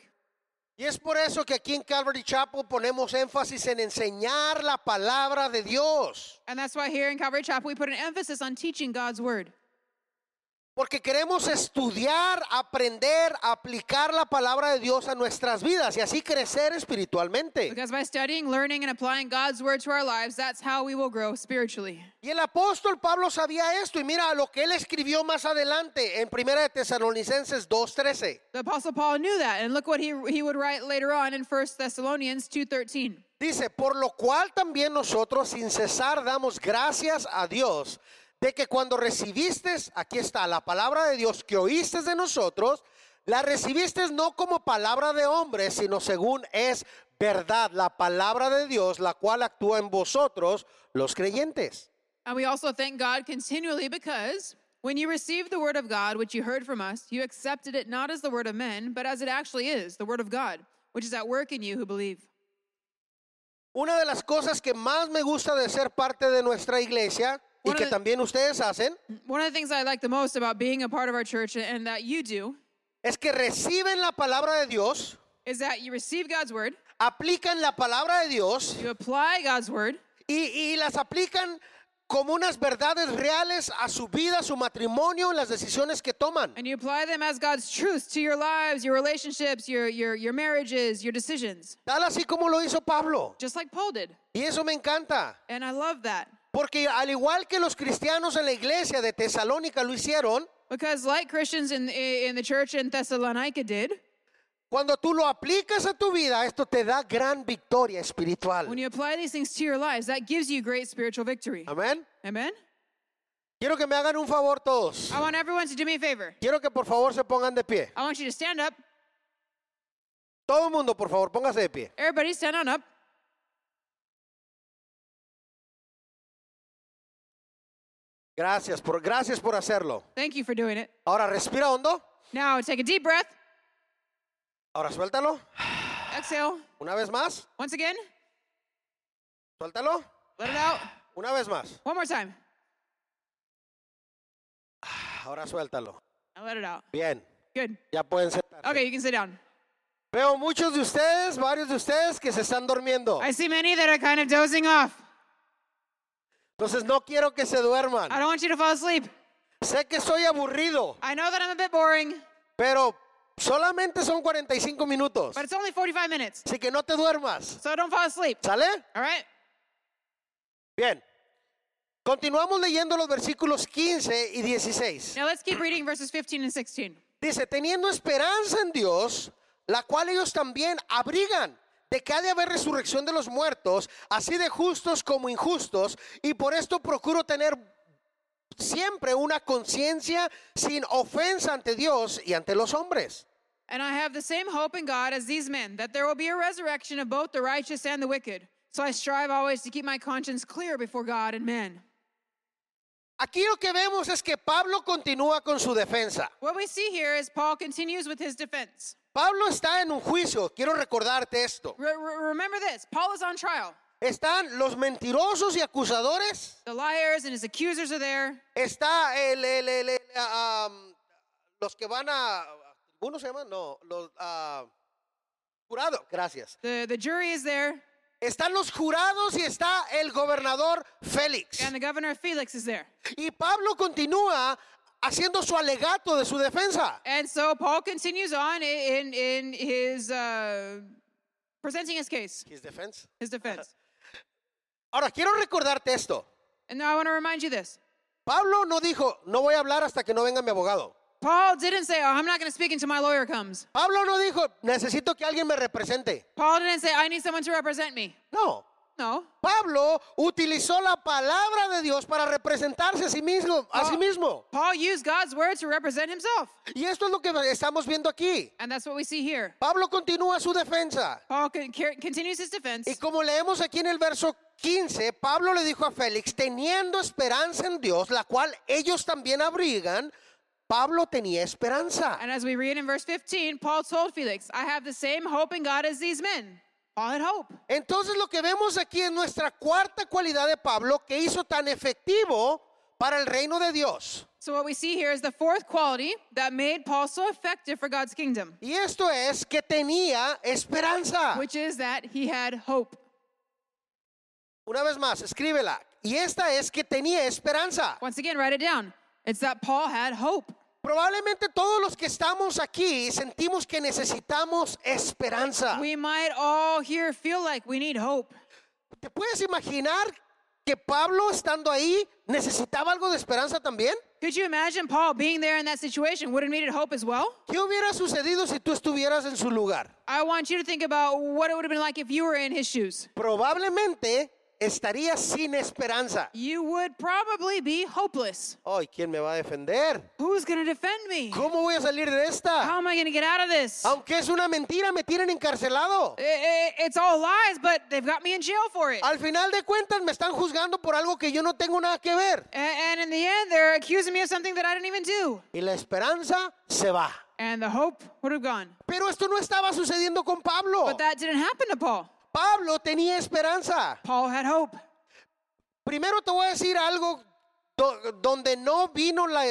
Y es por eso que aquí en Calvary Chapel ponemos énfasis en enseñar la palabra de Dios, And that's why here in Calvary Chapel, we put an emphasis on teaching God's word. porque queremos estudiar, aprender, aplicar la palabra de Dios a nuestras vidas y así crecer espiritualmente. Because by studying, learning, and applying God's word to our lives, that's how we will grow spiritually. Y el apóstol Pablo sabía esto y mira lo que él escribió más adelante en Primera de Tesalonicenses 2:13. The Apostle Paul knew that, and look what he, he would write later on in 1 Thessalonians 2.13. Dice, "Por lo cual también nosotros sin cesar damos gracias a Dios de que cuando recibiste, aquí está la palabra de Dios que oíste de nosotros, la recibiste no como palabra de hombre, sino según es verdad la palabra de Dios, la cual actúa en vosotros los creyentes." And we also thank God continually because when you received the word of God, which you heard from us, you accepted it not as the word of men, but as it actually is, the word of God, which is at work in you who believe. Una de las cosas que más me gusta de ser parte de nuestra iglesia y One que of, the, también ustedes hacen, one of the things I like the most about being a part of our church and that you do es que reciben la palabra de Dios, is that you receive God's word, aplican la palabra de Dios you apply God's word, y, y las aplican como unas verdades reales a su vida, a su matrimonio, en las decisiones que toman. and you apply them as God's truth to your lives, your relationships, your, your, your marriages, your decisions, Tal así como lo hizo Pablo. just like Paul did. Y eso me encanta. And I love that Porque al igual que los cristianos en la iglesia de Tesalónica lo hicieron, because, like Christians in, in the church in Thessalonica did, cuando tú lo aplicas a tu vida, esto te da gran victoria when espiritual. you apply these things to your lives, that gives you great spiritual victory. Amén. Amen? Quiero que me hagan un favor todos. I want everyone to do me a favor. Quiero que por favor se pongan de pie. I want you to stand up. Todo el mundo, por favor, póngase de pie. Everybody, stand on up. Gracias por, gracias por hacerlo. Thank you for doing it. Ahora respira hondo. Now, take a deep breath. Ahora suéltalo. Exhale. Una vez más. Once again, Suéltalo. let it out. Una vez más. One more time. Ahora suéltalo. Now let it out. Bien. Good. Ya pueden sentarse. Okay, you can sit down. Veo muchos de ustedes, varios de ustedes que se están durmiendo. I see many that are kind of dozing off. Entonces no quiero que se I duerman. don't want you to fall asleep. Sé que soy aburrido, I know that I'm a bit boring, pero solamente son 45 minutos. but it's only 45 minutes, Así que no te duermas. so don't fall asleep. ¿Sale? All right? Bien. Continuamos leyendo los versículos 15 y 16. Now let's keep reading verses 15 and 16. Dice, teniendo esperanza en Dios, la cual ellos también abrigan de que ha de haber resurrección de los muertos, así de justos como injustos, y por esto procuro tener siempre una conciencia sin ofensa ante Dios y ante los hombres. And I have the same hope in God as these men, that there will be a resurrection of both the righteous and the wicked. So I strive always to keep my conscience clear before God and men. Aquí lo que vemos es que Pablo continúa con su defensa. What we see here is Paul continues with his defense. Pablo está en un juicio, quiero recordarte esto. Re- re- remember this Paul is on trial. Están los mentirosos y acusadores, The liars and his accusers are there. está el, el- el- el, ah, um, los que van a algunos se llaman no los ah, jurado gracias The, the jury is there, están los jurados y está el gobernador Félix and the governor Felix is there. y Pablo continúa haciendo su alegato de su defensa And so Paul continues on i- in, in his uh, presenting his case, His defense. his defense. ahora quiero recordarte esto And now I want to remind you this Pablo no dijo no voy a hablar hasta que no venga mi abogado Paul didn't say, Oh, I'm not going to speak until my lawyer comes. Pablo no dijo necesito que alguien me represente Paul didn't say, I need someone to represent me. no No. Pablo utilizó la palabra de Dios para representarse a sí mismo, a sí mismo. Paul used God's word to represent himself. Y esto es lo que estamos viendo aquí. And that's what we see here. Pablo continúa su defensa. Paul con- car- continues his defense. Y como leemos aquí en el verso 15, Pablo le dijo a Félix, teniendo esperanza en Dios, la cual ellos también abrigan, Pablo tenía esperanza. And as we read in verse 15, Paul told Felix, I have the same hope in God as these men. Paul had hope. Entonces lo que vemos aquí es nuestra cuarta cualidad de Pablo que hizo tan efectivo para el reino de Dios. So, what we see here is the fourth quality that made Paul so effective for God's kingdom, Y esto es que tenía esperanza. which is that he had hope. Una vez más, escríbela. Y esta es que tenía esperanza. Once again, write it down. It's that Paul had hope. Probablemente todos los que estamos aquí sentimos que necesitamos esperanza. We might all here feel like we need hope. ¿Te puedes imaginar que Pablo estando ahí necesitaba algo de esperanza también? Could you imagine Paul being there in that situation? Would have needed hope as well? ¿Qué hubiera sucedido si tú estuvieras en su lugar? I want you to think about what it would have been like if you were in his shoes. Probablemente estarías sin esperanza. You would probably be hopeless. Ay, ¿quién me va a defender? Who's going to defend me? ¿Cómo voy a salir de How esta? am I going to get out of this? I- Aunque es una mentira, me tienen Eh. encarcelado. I- It's all lies, but they've got me in jail for it. Al final de cuentas me están juzgando por algo que yo no tengo nada que ver. A- And in the end, they're accusing me of something that I didn't even do. Y la esperanza se va. And the hope would have gone. Pero esto no estaba sucediendo con Pablo. But that didn't happen to Paul. Pablo tenía esperanza. Paul had hope. Primero te voy a decir algo do- donde no vino la...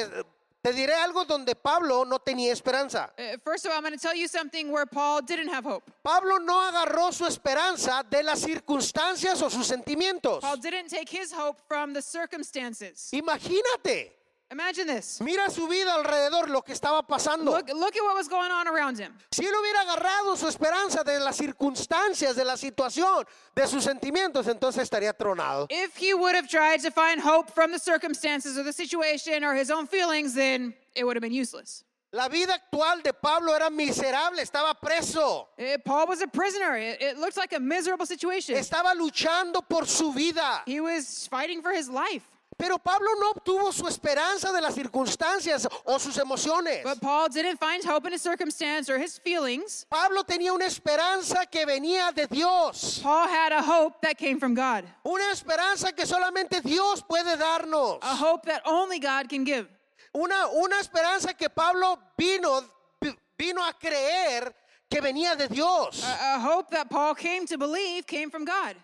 Te diré algo donde Pablo no tenía esperanza. Uh, First of all, I'm going to tell you something where Paul didn't have hope. Pablo no agarró su esperanza de las circunstancias o sus sentimientos. Paul didn't take his hope from the circumstances. Imagínate, Imagine this. mira su vida alrededor, lo que estaba pasando. Look, look at what was going on around him. Si él hubiera agarrado su esperanza de las circunstancias, de la situación, de sus sentimientos, entonces estaría tronado. If he would have tried to find hope from the circumstances or the situation or his own feelings, then it would have been useless. La vida actual de Pablo era miserable, estaba preso, Eh, Paul was a prisoner. It, it looked like a miserable situation. estaba luchando por su vida. He was fighting for his life. Pero Pablo no obtuvo su esperanza de las circunstancias o sus emociones. But Paul didn't find hope in his circumstance or his feelings. Pablo tenía una esperanza que venía de Dios. Paul had a hope that came from God, Una esperanza que solamente Dios puede darnos. a hope that only God can give. Una, una esperanza que Pablo vino, vi- vino a creer que venía de Dios. A, a hope that Paul came to believe came from God.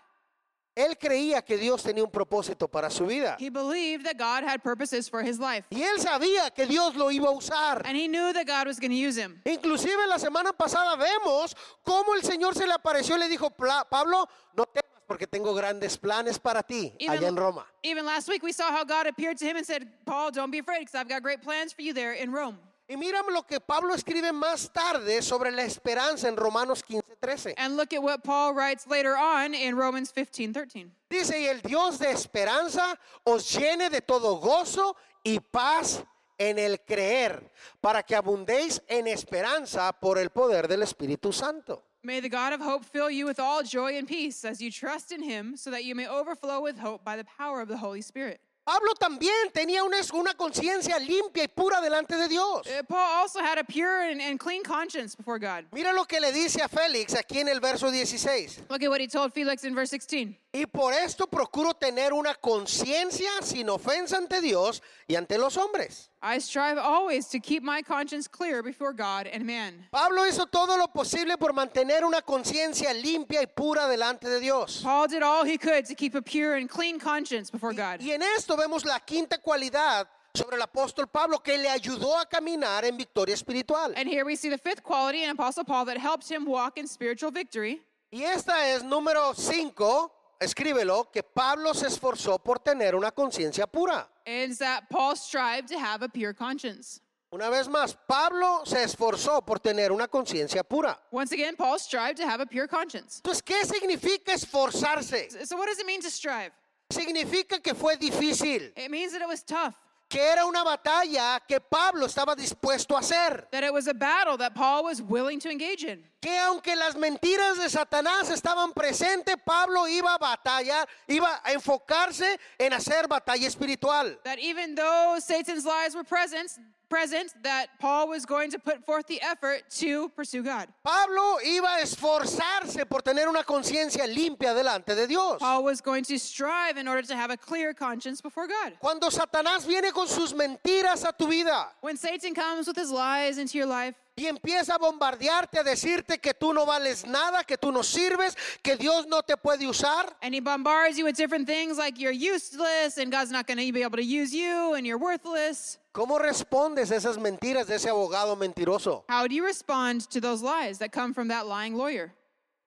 Él creía que Dios tenía un propósito para su vida. He believed that God had purposes for his life, Y él sabía que Dios lo iba a usar. and he knew that God was going to use him. Inclusive la semana pasada vemos cómo el Señor se le apareció y le dijo, "Pla- Pablo, no temas porque tengo grandes planes para ti allá en Roma. even last week, we saw how God appeared to him and said, Paul, don't be afraid because I've got great plans for you there in Rome. Y mira lo que Pablo escribe más tarde sobre la esperanza en Romanos 15:13. And look at what Paul writes later on in Romans 15 13. Dice, y el Dios de esperanza os llene de todo gozo y paz en el creer, para que abundéis en esperanza por el poder del Espíritu Santo. May the God of hope fill you with all joy and peace as you trust in him, so that you may overflow with hope by the power of the Holy Spirit. Pablo también tenía una, una conciencia limpia y pura delante de Dios. Uh, Paul also had a pure and, and clean conscience before God. Mira lo que le dice a Félix aquí en el verso 16. Look at what he told Felix in verse 16. Y por esto procuro tener una conciencia sin ofensa ante Dios y ante los hombres. I strive always to keep my conscience clear before God and man. Pablo hizo todo lo posible por mantener una conciencia limpia y pura delante de Dios. Paul did all he could to keep a pure and clean conscience before God. Y en esto vemos la quinta cualidad sobre el apóstol Pablo que le ayudó a caminar en victoria espiritual. And here we see the fifth quality in Apostle Paul that helped him walk in spiritual victory. Y esta es número 5, escríbelo, que Pablo se esforzó por tener una conciencia pura. Is that Paul strived to have a pure conscience. Una vez más, Pablo se esforzó por tener una conciencia pura. Once again, Paul strived to have a pure conscience. Entonces, ¿qué significa esforzarse? So, what does it mean to strive? Significa que fue difícil, It means that it was tough, que era una batalla que Pablo estaba dispuesto a hacer, that it was a battle that Paul was willing to engage in. que aunque las mentiras de Satanás estaban presentes, Pablo iba a batallar, iba a enfocarse en hacer batalla espiritual. That even though Satan's lies were present, present, that Paul was going to put forth the effort to pursue God. Pablo iba a esforzarse por tener una conciencia limpia delante de Dios. Paul was going to strive in order to have a clear conscience before God. Cuando Satanás viene con sus mentiras a tu vida When Satan comes with his lies into your life, y empieza a bombardearte, a decirte que tú no vales nada, que tú no sirves, que Dios no te puede usar, and he bombards you with different things like you're useless and God's not going to be able to use you and you're worthless. ¿Cómo respondes a esas mentiras de ese abogado mentiroso? How do you respond to those lies that come from that lying lawyer?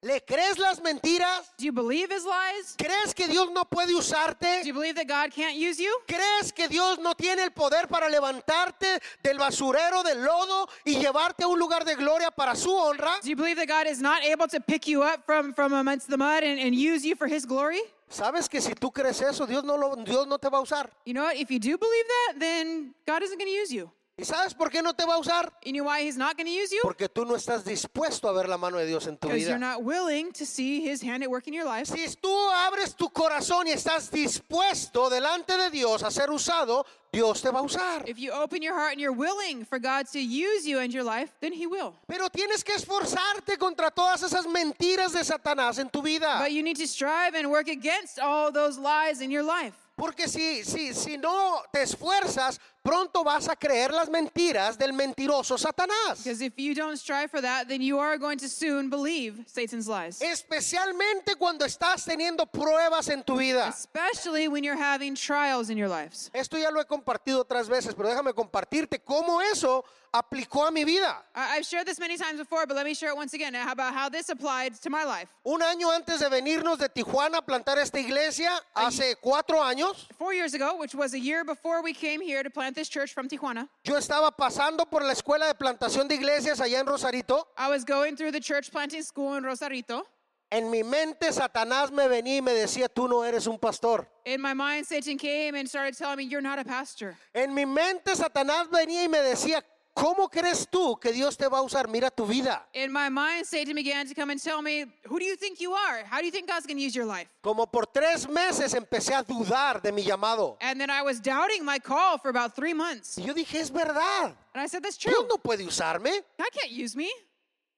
¿Le crees las mentiras? Do you believe his lies? ¿Crees que Dios no puede Do usarte? you believe that God can't use you? ¿Crees que Dios no tiene el poder para levantarte del basurero, del lodo y llevarte a un lugar de gloria para su honra? Do you believe that God is not able to pick you up from, from amongst the mud and, and use you for his glory? ¿Sabes que si tú crees eso, Dios no, lo- Dios no te va a usar? You know what? If you do believe that, then God isn't going to use you. ¿Y sabes por qué no te va a usar? You know why he's not going to use you? Porque tú no estás dispuesto a ver la mano de Dios en tu Because you're vida. not willing to see his hand at work in your life. Si tú abres tu corazón y estás dispuesto delante de Dios a ser usado, Dios te va a usar. If you open your heart and you're willing for God to use you and your life, then he will. Pero tienes que esforzarte contra todas esas mentiras de Satanás en tu vida. But you need to strive and work against all those lies in your life. Porque si, si, si no te esfuerzas, pronto vas a creer las mentiras del mentiroso Satanás. Because if you don't strive for that, then you are going to soon believe Satan's lies. Especialmente cuando estás teniendo pruebas en tu vida. Especially when you're having trials in your lives. Esto ya lo he compartido otras veces, pero déjame compartirte cómo eso aplicó a mi vida. I- I've shared this many times before, but let me share it once again how about how this applied to my life. Un año antes de venirnos de Tijuana a plantar esta iglesia, hace cuatro años, Four years ago, which was a year before we came here to plant this church from Tijuana, yo estaba pasando por la escuela de plantación de iglesias allá en Rosarito. I was going through the church planting school in Rosarito. En mi mente Satanás me venía y me decía, tú no eres un pastor. In my mind, Satan came and started telling me, You're not a pastor. En mi mente Satanás venía y me decía, ¿cómo crees tú que Dios te va a usar? Mira tu vida. In my mind, Satan began to come and tell me, Who do you think you are? How do you think God's going to use your life? Como por tres meses empecé a dudar de mi llamado. And then I was doubting my call for about three months. Y yo dije, es verdad. And I said, That's true. Dios no puede usarme. God can't use me.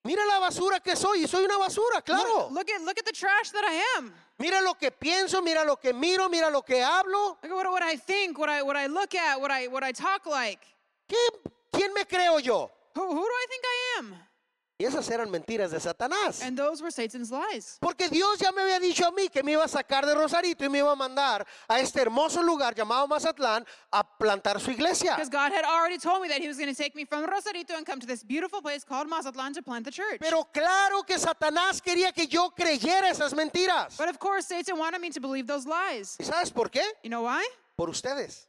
Mira la basura que soy. Y soy una basura, claro. Look, look at look at the trash that I am. Mira lo que pienso, mira lo que miro, mira lo que hablo. Look at what, what I think, what I what I look at, what I what I talk like. ¿Qué- ¿Quién me creo yo? Who who do I think I am? Y esas eran mentiras de Satanás. And those were Satan's lies. Porque Dios ya me había dicho a mí que me iba a sacar de Rosarito y me iba a mandar a este hermoso lugar llamado Mazatlán a plantar su iglesia. Because God had already told me that He was going to take me from Rosarito and come to this beautiful place called Mazatlan to plant the church. Pero claro que Satanás quería que yo creyera esas mentiras. But of course, Satan wanted me to believe those lies. ¿Y sabes por qué? You know why? Por ustedes.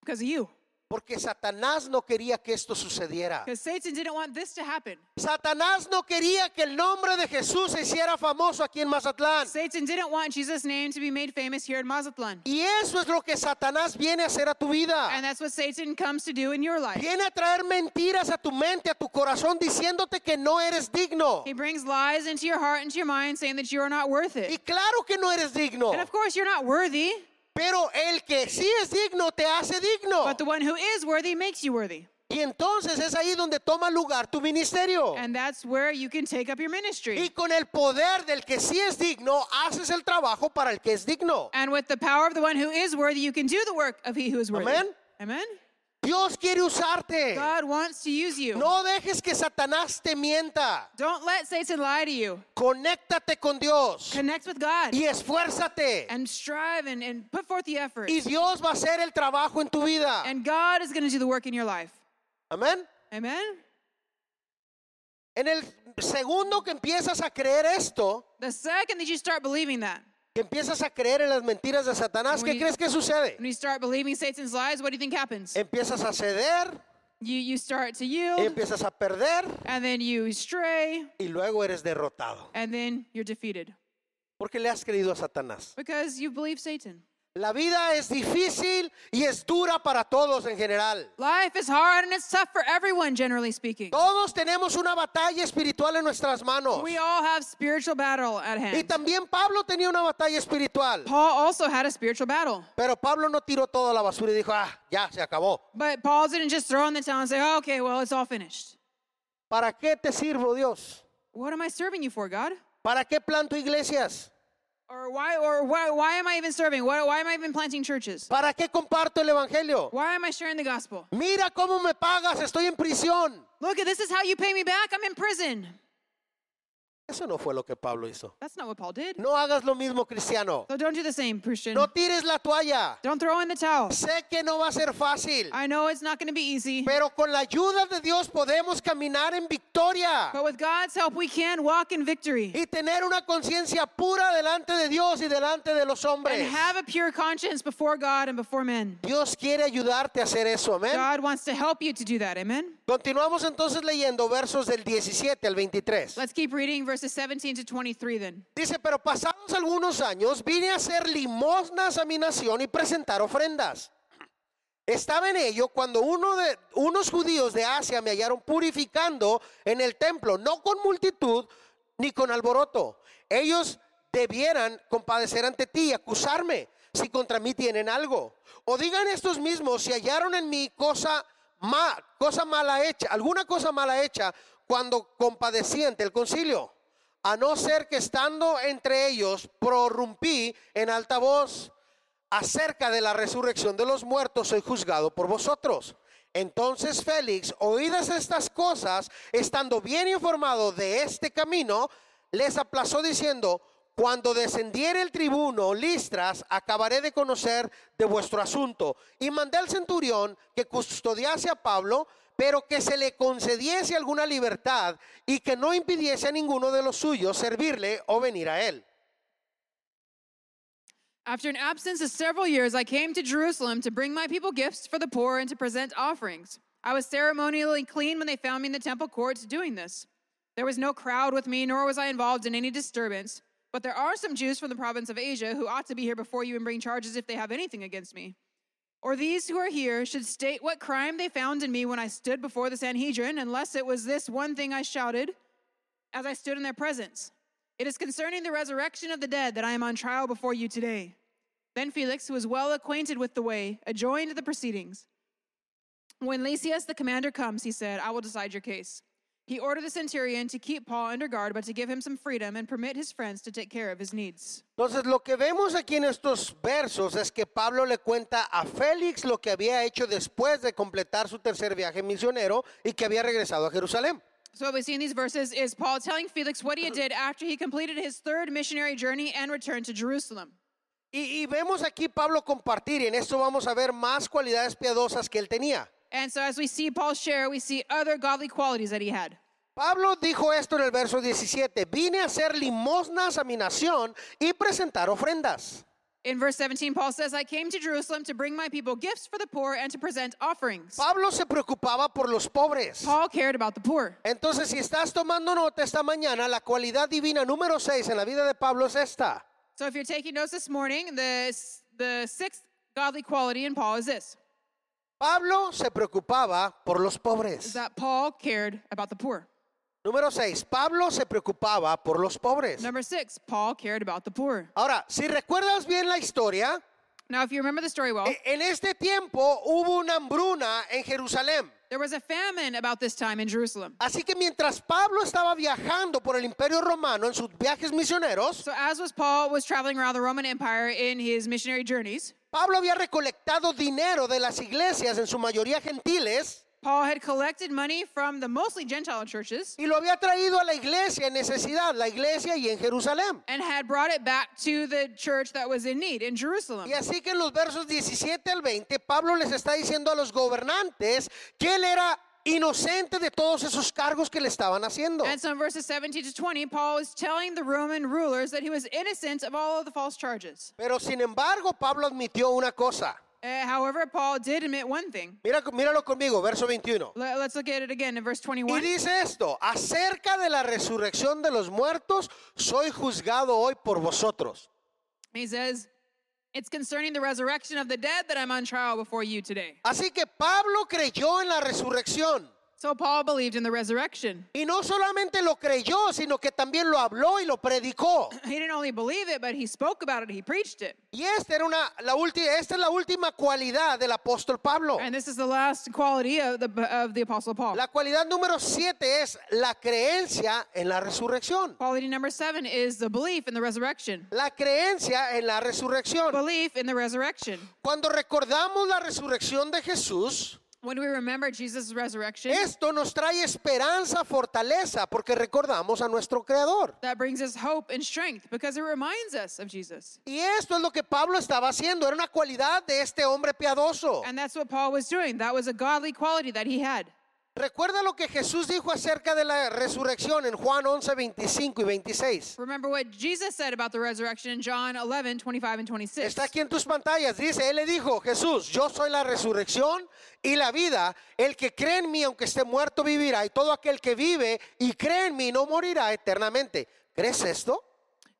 Because of you. Porque Satanás no quería que esto sucediera. Because Satan didn't want this to happen. Satanás no quería que el nombre de Jesús se hiciera famoso aquí en Mazatlán. Satan didn't want Jesus' name to be made famous here in Mazatlan. Y eso es lo que Satanás viene a hacer a tu And vida. that's what Satan comes to do in your life. Viene a traer mentiras a tu mente, a tu corazón, diciéndote que no eres digno. He brings lies into your heart, into your mind, saying that you are not worth Y it. claro que no eres digno. And of course, you're not worthy, Pero el que sí es digno te hace digno. but the one who is worthy makes you worthy. Y entonces es ahí donde toma lugar tu ministerio. And that's where you can take up your Y ministry. con el poder del que sí es digno, haces el trabajo para el que es digno. And with the power of the one who is worthy, you can do the work of he who is worthy. Amen. Amen. Dios quiere usarte. God wants to use you. No dejes que Satanás te mienta. Don't let Satan lie to you. Conéctate con Dios Connect with God y esfuérzate. and strive and, and put forth the effort. Y Dios va a hacer el trabajo en tu vida. And God is going to do the work in your life. Amén. Amen. En el segundo que empiezas a creer esto, The second that you start believing that, que empiezas a creer en las mentiras de Satanás, ¿qué When you- crees que sucede? when you start believing Satan's lies, what do you think happens? Empiezas a ceder, You, you start to yield, empiezas a perder and then you stray, y luego eres derrotado. and then you're defeated Porque le has creído a Satanás. because you believe Satan. La vida es difícil y es dura para todos en general. Life is hard and it's tough for everyone, generally speaking. Todos tenemos una batalla espiritual en nuestras manos. We all have spiritual battle at Y hand. también Pablo tenía una batalla espiritual. Paul also had a spiritual battle, Pero Pablo no tiró toda la basura y dijo, ah, ya se acabó. but Paul didn't just throw in the towel and say, oh, "Okay, well, it's all finished." ¿Para qué te sirvo, Dios? What am I serving you for, God? ¿Para qué planto iglesias? Or why? Or why? Why am I even serving? Why, why am I even planting churches? ¿Para qué comparto el evangelio? Why am I sharing the gospel? Mira cómo me pagas, estoy en prisión. Look, this is how you pay me back. I'm in prison. Eso no fue lo que Pablo hizo. That's not what Paul did. No hagas lo mismo, cristiano. So don't do the same, Christian. No tires la toalla. Don't throw in the towel. Sé que no va a ser fácil, I know it's not going to be easy, pero con la ayuda de Dios podemos caminar en victoria but with God's help, we can walk in victory y tener una conciencia pura delante de Dios y delante de los and hombres. have a pure conscience before God and before men. Dios quiere ayudarte a hacer eso, amén. God wants to help you to do that. Amen. Continuamos entonces leyendo versos del 17 al 23. Let's keep reading verses 17 to 23 then. Dice, pero pasados algunos años vine a hacer limosnas a mi nación y presentar ofrendas. Estaba en ello cuando uno de, unos judíos de Asia me hallaron purificando en el templo, no con multitud ni con alboroto. Ellos debieran compadecer ante ti y acusarme si contra mí tienen algo. O digan estos mismos si hallaron en mí cosa, ma, cosa mala hecha, alguna cosa mala hecha cuando compadecí ante el concilio. A no ser que estando entre ellos prorrumpí en alta voz. acerca de la resurrección de los muertos soy juzgado por vosotros. Entonces Félix, oídas estas cosas, estando bien informado de este camino, les aplazó diciendo, cuando descendiere el tribuno Listras, acabaré de conocer de vuestro asunto. Y mandé al centurión que custodiase a Pablo, pero que se le concediese alguna libertad y que no impidiese a ninguno de los suyos servirle o venir a él. After an absence of several years, I came to Jerusalem to bring my people gifts for the poor and to present offerings. I was ceremonially clean when they found me in the temple courts doing this. There was no crowd with me, nor was I involved in any disturbance. But there are some Jews from the province of Asia who ought to be here before you and bring charges if they have anything against me. Or these who are here should state what crime they found in me when I stood before the Sanhedrin, unless it was this one thing I shouted as I stood in their presence. It is concerning the resurrection of the dead that I am on trial before you today. Then Felix, who was well acquainted with the way, adjourned the proceedings. When Lysias the commander comes, he said, I will decide your case. He ordered the centurion to keep Paul under guard, but to give him some freedom and permit his friends to take care of his needs. Entonces lo que vemos aquí en estos versos es que Pablo le cuenta a Félix lo que había hecho después de completar su tercer viaje misionero y que había regresado a Jerusalén. So, what we see in these verses is Paul telling Felix what he did after he completed his third missionary journey and returned to Jerusalem. Y, y vemos aquí Pablo compartir, y en esto vamos a ver más cualidades piadosas que él tenía. And so, as we see Paul share, we see other godly qualities that he had. Pablo dijo esto en el verso 17, vine a hacer limosnas a mi nación y presentar ofrendas. In verse 17, Paul says, I came to Jerusalem to bring my people gifts for the poor and to present offerings. Pablo se preocupaba por los pobres. Paul cared about the poor. Entonces, si estás tomando nota esta mañana, la cualidad divina número 6 en la vida de Pablo es esta. So, if you're taking notes this morning, the, the sixth godly quality in Paul is this Pablo se preocupaba por los is pobres. that Paul cared about the poor. Número 6, Pablo se preocupaba por los pobres. Number six, Paul cared about the poor. Ahora, si recuerdas bien la historia, Now, if you remember the story well, e- en este tiempo hubo una hambruna en Jerusalén. there was a famine about this time in Jerusalem. Así que mientras Pablo estaba viajando por el Imperio Romano en sus viajes misioneros, So, as was Paul was traveling around the Roman Empire in his missionary journeys, Pablo había recolectado dinero de las iglesias, en su mayoría gentiles, Paul had collected money from the mostly Gentile churches y lo había traído a la iglesia en necesidad, la iglesia y en Jerusalén. and had brought it back to the church that was in need in Jerusalem. Y así que en los versos 17 al 20, Pablo les está diciendo a los gobernantes que él era inocente de todos esos cargos que le estaban haciendo. And so in verses 17 to 20, Paul is telling the Roman rulers that he was innocent of all of the false charges. Pero sin embargo, Pablo admitió una cosa. Uh, however, Paul did admit one thing. Mira, míralo conmigo, verso 21. Let- let's look at it again in verse Y 21. dice esto, acerca de la resurrección de los muertos, soy juzgado hoy por vosotros. He says, It's concerning the resurrection of the dead that I'm on trial before you today. Así que Pablo creyó en la resurrección. So Paul believed in the resurrection. Y no solamente lo creyó, sino que también lo habló y lo predicó. He didn't only believe it, but he spoke about it, he preached it. Y esta, era una, la ulti- esta es la última cualidad del apóstol Pablo. And this is the last quality of the, of the Apostle Paul. La cualidad número siete es la creencia en la resurrección. Quality number seven is the belief in the resurrection. La creencia en la resurrección. Belief in the resurrection. Cuando recordamos la resurrección de Jesús, When we remember Jesus' resurrection, Esto nos trae esperanza, fortaleza, porque recordamos a nuestro Creador. that brings us hope and strength because it reminds us of Jesus. Y esto es lo que Pablo estaba haciendo, era una cualidad de este hombre piadoso. And that's what Paul was doing. That was a godly quality that he had. Recuerda lo que Jesús dijo acerca de la resurrección en Juan 11, 25 y 26. Remember what Jesus said about the resurrection in John 11, 25 and 26. Está aquí en tus pantallas, dice, Él le dijo, Jesús, yo soy la resurrección y la vida, el que cree en mí aunque esté muerto vivirá, y todo aquel que vive y cree en mí no morirá eternamente. ¿Crees esto?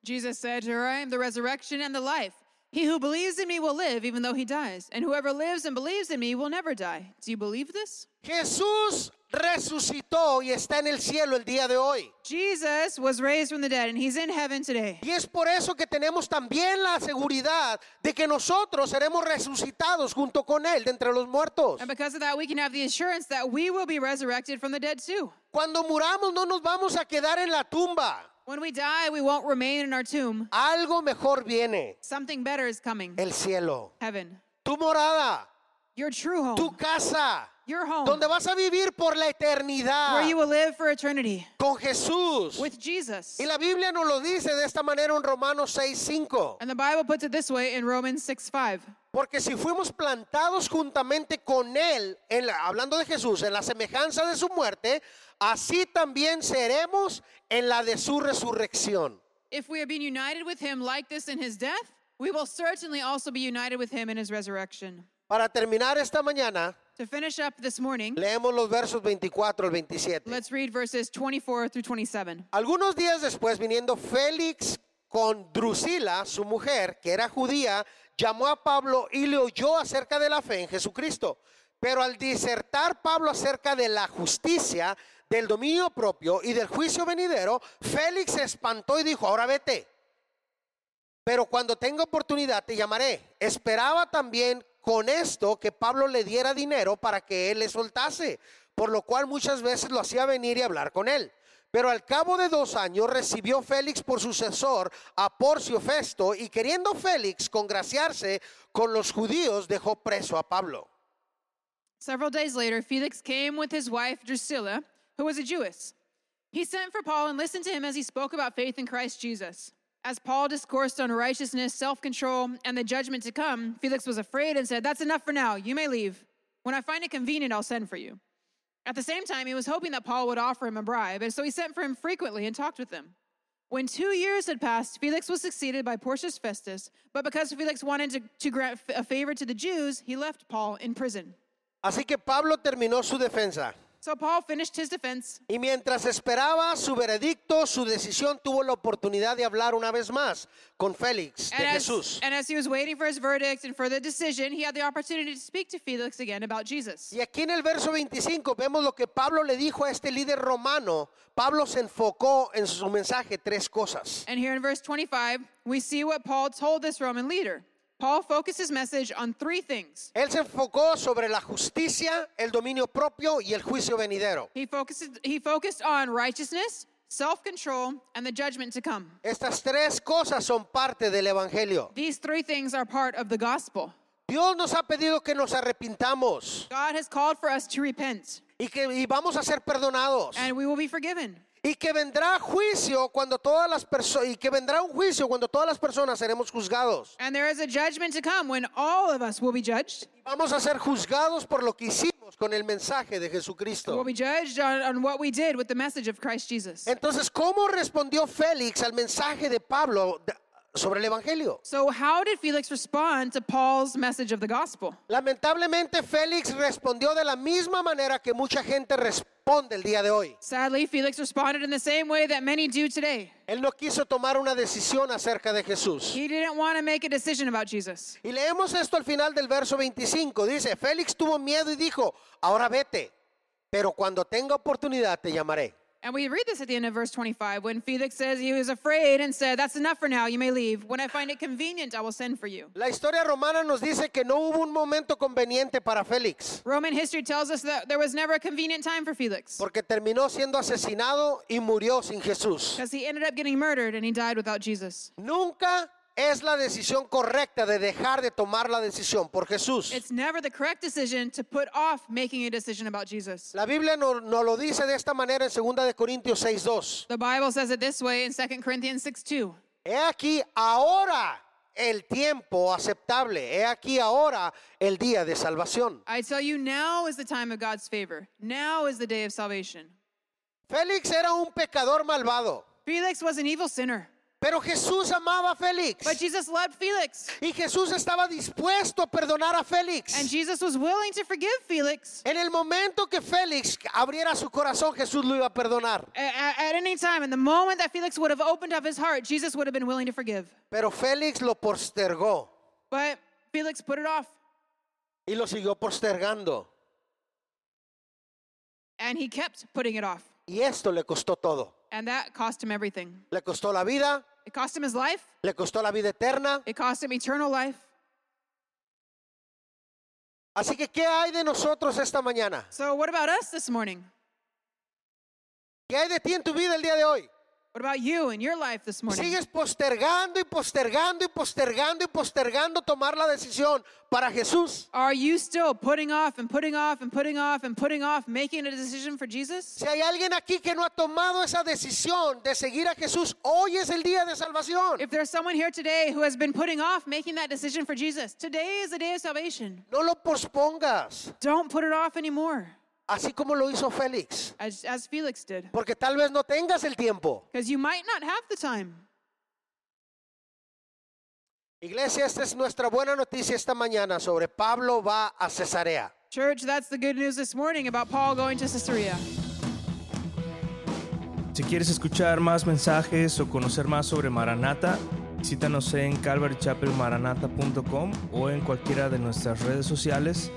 Jesus said to her, I am the resurrection and the life. He who believes in me will live even though he dies, and whoever lives and believes in me will never die. Do you believe this? Jesús resucitó y está en el cielo el día de hoy. Jesus was raised from the dead, and he's in heaven today. Y es por eso que tenemos también la seguridad de que nosotros seremos resucitados junto con Él de entre los muertos. And because of that, we can have the assurance that we will be resurrected from the dead too. Cuando muramos no nos vamos a quedar en la tumba. When we die, we won't remain in our tomb. Algo mejor viene, Something better is coming. el cielo. Heaven. Tu morada, Your true tu home. casa, Your home. donde vas a vivir por la eternidad Where you will live for eternity. con Jesús. With Jesus. Y la Biblia nos lo dice de esta manera en Romanos 6:5. And the Bible puts it this way in Romans 6 5. Porque si fuimos plantados juntamente con Él, en la- hablando de Jesús, en la semejanza de su muerte, así también seremos en la de su resurrección. If we have been united with him like this in his death, we will certainly also be united with him in his resurrection. Para terminar esta mañana, To finish up this morning, leemos los versos 24 al 27. let's read verses 24 through 27. Algunos días después, viniendo Félix con Drusila, su mujer, que era judía, llamó a Pablo y le oyó acerca de la fe en Jesucristo. Pero al disertar Pablo acerca de la justicia, del dominio propio y del juicio venidero, Félix se espantó y dijo, ahora vete. Pero cuando tenga oportunidad te llamaré. Esperaba también con esto que Pablo le diera dinero para que él le soltase, por lo cual muchas veces lo hacía venir y hablar con él. Pero al cabo de dos años recibió Félix por sucesor a Porcio Festo y queriendo Félix congraciarse con los judíos dejó preso a Pablo. Several days later, Felix came with his wife Drusilla, who was a Jewess. He sent for Paul and listened to him as he spoke about faith in Christ Jesus. As Paul discoursed on righteousness, self control, and the judgment to come, Felix was afraid and said, That's enough for now. You may leave. When I find it convenient, I'll send for you. At the same time, he was hoping that Paul would offer him a bribe, and so he sent for him frequently and talked with him. When two years had passed, Felix was succeeded by Porcius Festus, but because Felix wanted to, to grant f- a favor to the Jews, he left Paul in prison. Así que Pablo terminó su defensa. So Paul finished his defense. Y mientras esperaba su veredicto, su decisión tuvo la oportunidad de hablar una vez más con Félix de And Jesús. as, and as he was waiting for his verdict and for the decision, he had the opportunity to speak to Felix again about Jesus. Y aquí en el verso 25 vemos lo que Pablo le dijo a este líder romano. Pablo se enfocó en su mensaje tres cosas. And here in verse 25, we see what Paul told this Roman leader. Paul focused his message on three things. Él se enfocó sobre la justicia, el dominio propio y el juicio venidero. He focused, he focused on righteousness, self control, and the judgment to come. Estas tres cosas son parte del Evangelio. These three things are part of the gospel. Dios nos ha pedido que nos arrepintamos God has called for us to repent, y que y vamos a ser perdonados. and we will be forgiven. Y que vendrá juicio cuando todas las personas y que vendrá un juicio cuando todas las personas seremos juzgados. And there is a judgment to come when all of us will be judged. Vamos a ser juzgados por lo que hicimos con el mensaje de Jesucristo. will be judged on, on what we did with the message of Christ Jesus. Entonces, ¿cómo respondió Félix al mensaje de Pablo de- sobre el Evangelio? So, how did Felix respond to Paul's message of the gospel? Lamentablemente, Félix respondió de la misma manera que mucha gente responde el día de hoy. Sadly, Felix responded in the same way that many do today. Él no quiso tomar una decisión acerca de Jesús. He didn't want to make a decision about Jesus. Y leemos esto al final del verso 25. Dice, Félix tuvo miedo y dijo, ahora vete, pero cuando tenga oportunidad te llamaré. And we read this at the end of verse 25 when Felix says he was afraid and said, That's enough for now, you may leave. When I find it convenient, I will send for you. La historia romana nos dice que no hubo un momento conveniente para Félix, Roman history tells us that there was never a convenient time for Felix porque terminó siendo asesinado y murió sin Jesús. because he ended up getting murdered and he died without Jesus. Nunca es la decisión correcta de dejar de tomar la decisión por Jesús. It's never the correct decision to put off making a decision about Jesus. La Biblia no- nos lo dice de esta manera en 2 de Corintios 6:2. The Bible says it this way in 2 Corinthians 6 2. He aquí ahora el tiempo aceptable, he aquí ahora el día de salvación. I tell you, now is the time of God's favor. Now is the day of salvation. Félix era un pecador malvado, Felix was an evil sinner, pero Jesús amaba a Félix. but Jesus loved Felix, Y Jesús estaba dispuesto a perdonar a and Félix. Jesus was willing to forgive Felix. En el momento que Félix abriera su corazón, Jesús lo iba a perdonar. A- a- At any time, in the moment that Felix would have opened up his heart, Jesus would have been willing to forgive. Pero Félix lo postergó. But Felix put it off, Y lo siguió postergando. and he kept putting it off. Y esto le costó todo. And that cost him everything. Le costó la vida, It cost him his life, le costó la vida eterna. it cost him eternal life. Así que, ¿qué hay de nosotros esta mañana? So, what about us this morning? ¿Qué hay de ti en tu vida el día de hoy? What about you and your life this morning? Sigues postergando y postergando y postergando y postergando tomar la decisión para Jesús. Are you still putting off and putting off and putting off and putting off making a decision for Jesus? Si hay alguien aquí que no ha tomado esa decisión de seguir a Jesús, hoy es el día de salvación. If there's someone here today who has been putting off making that decision for Jesus, today is the day of salvation. No lo pospongas, Don't put it off anymore, así como lo hizo Félix, as, as Felix did, porque tal vez no tengas el tiempo. because you might not have the time. Iglesia, esta es nuestra buena noticia esta mañana sobre Pablo va a Cesarea. Church, that's the good news this morning about Paul going to Caesarea. Si quieres escuchar más mensajes o conocer más sobre Maranata, visítanos en calvarychapelmaranata.com o en cualquiera de nuestras redes sociales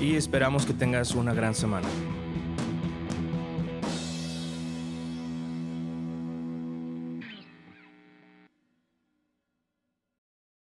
y esperamos que tengas una gran semana.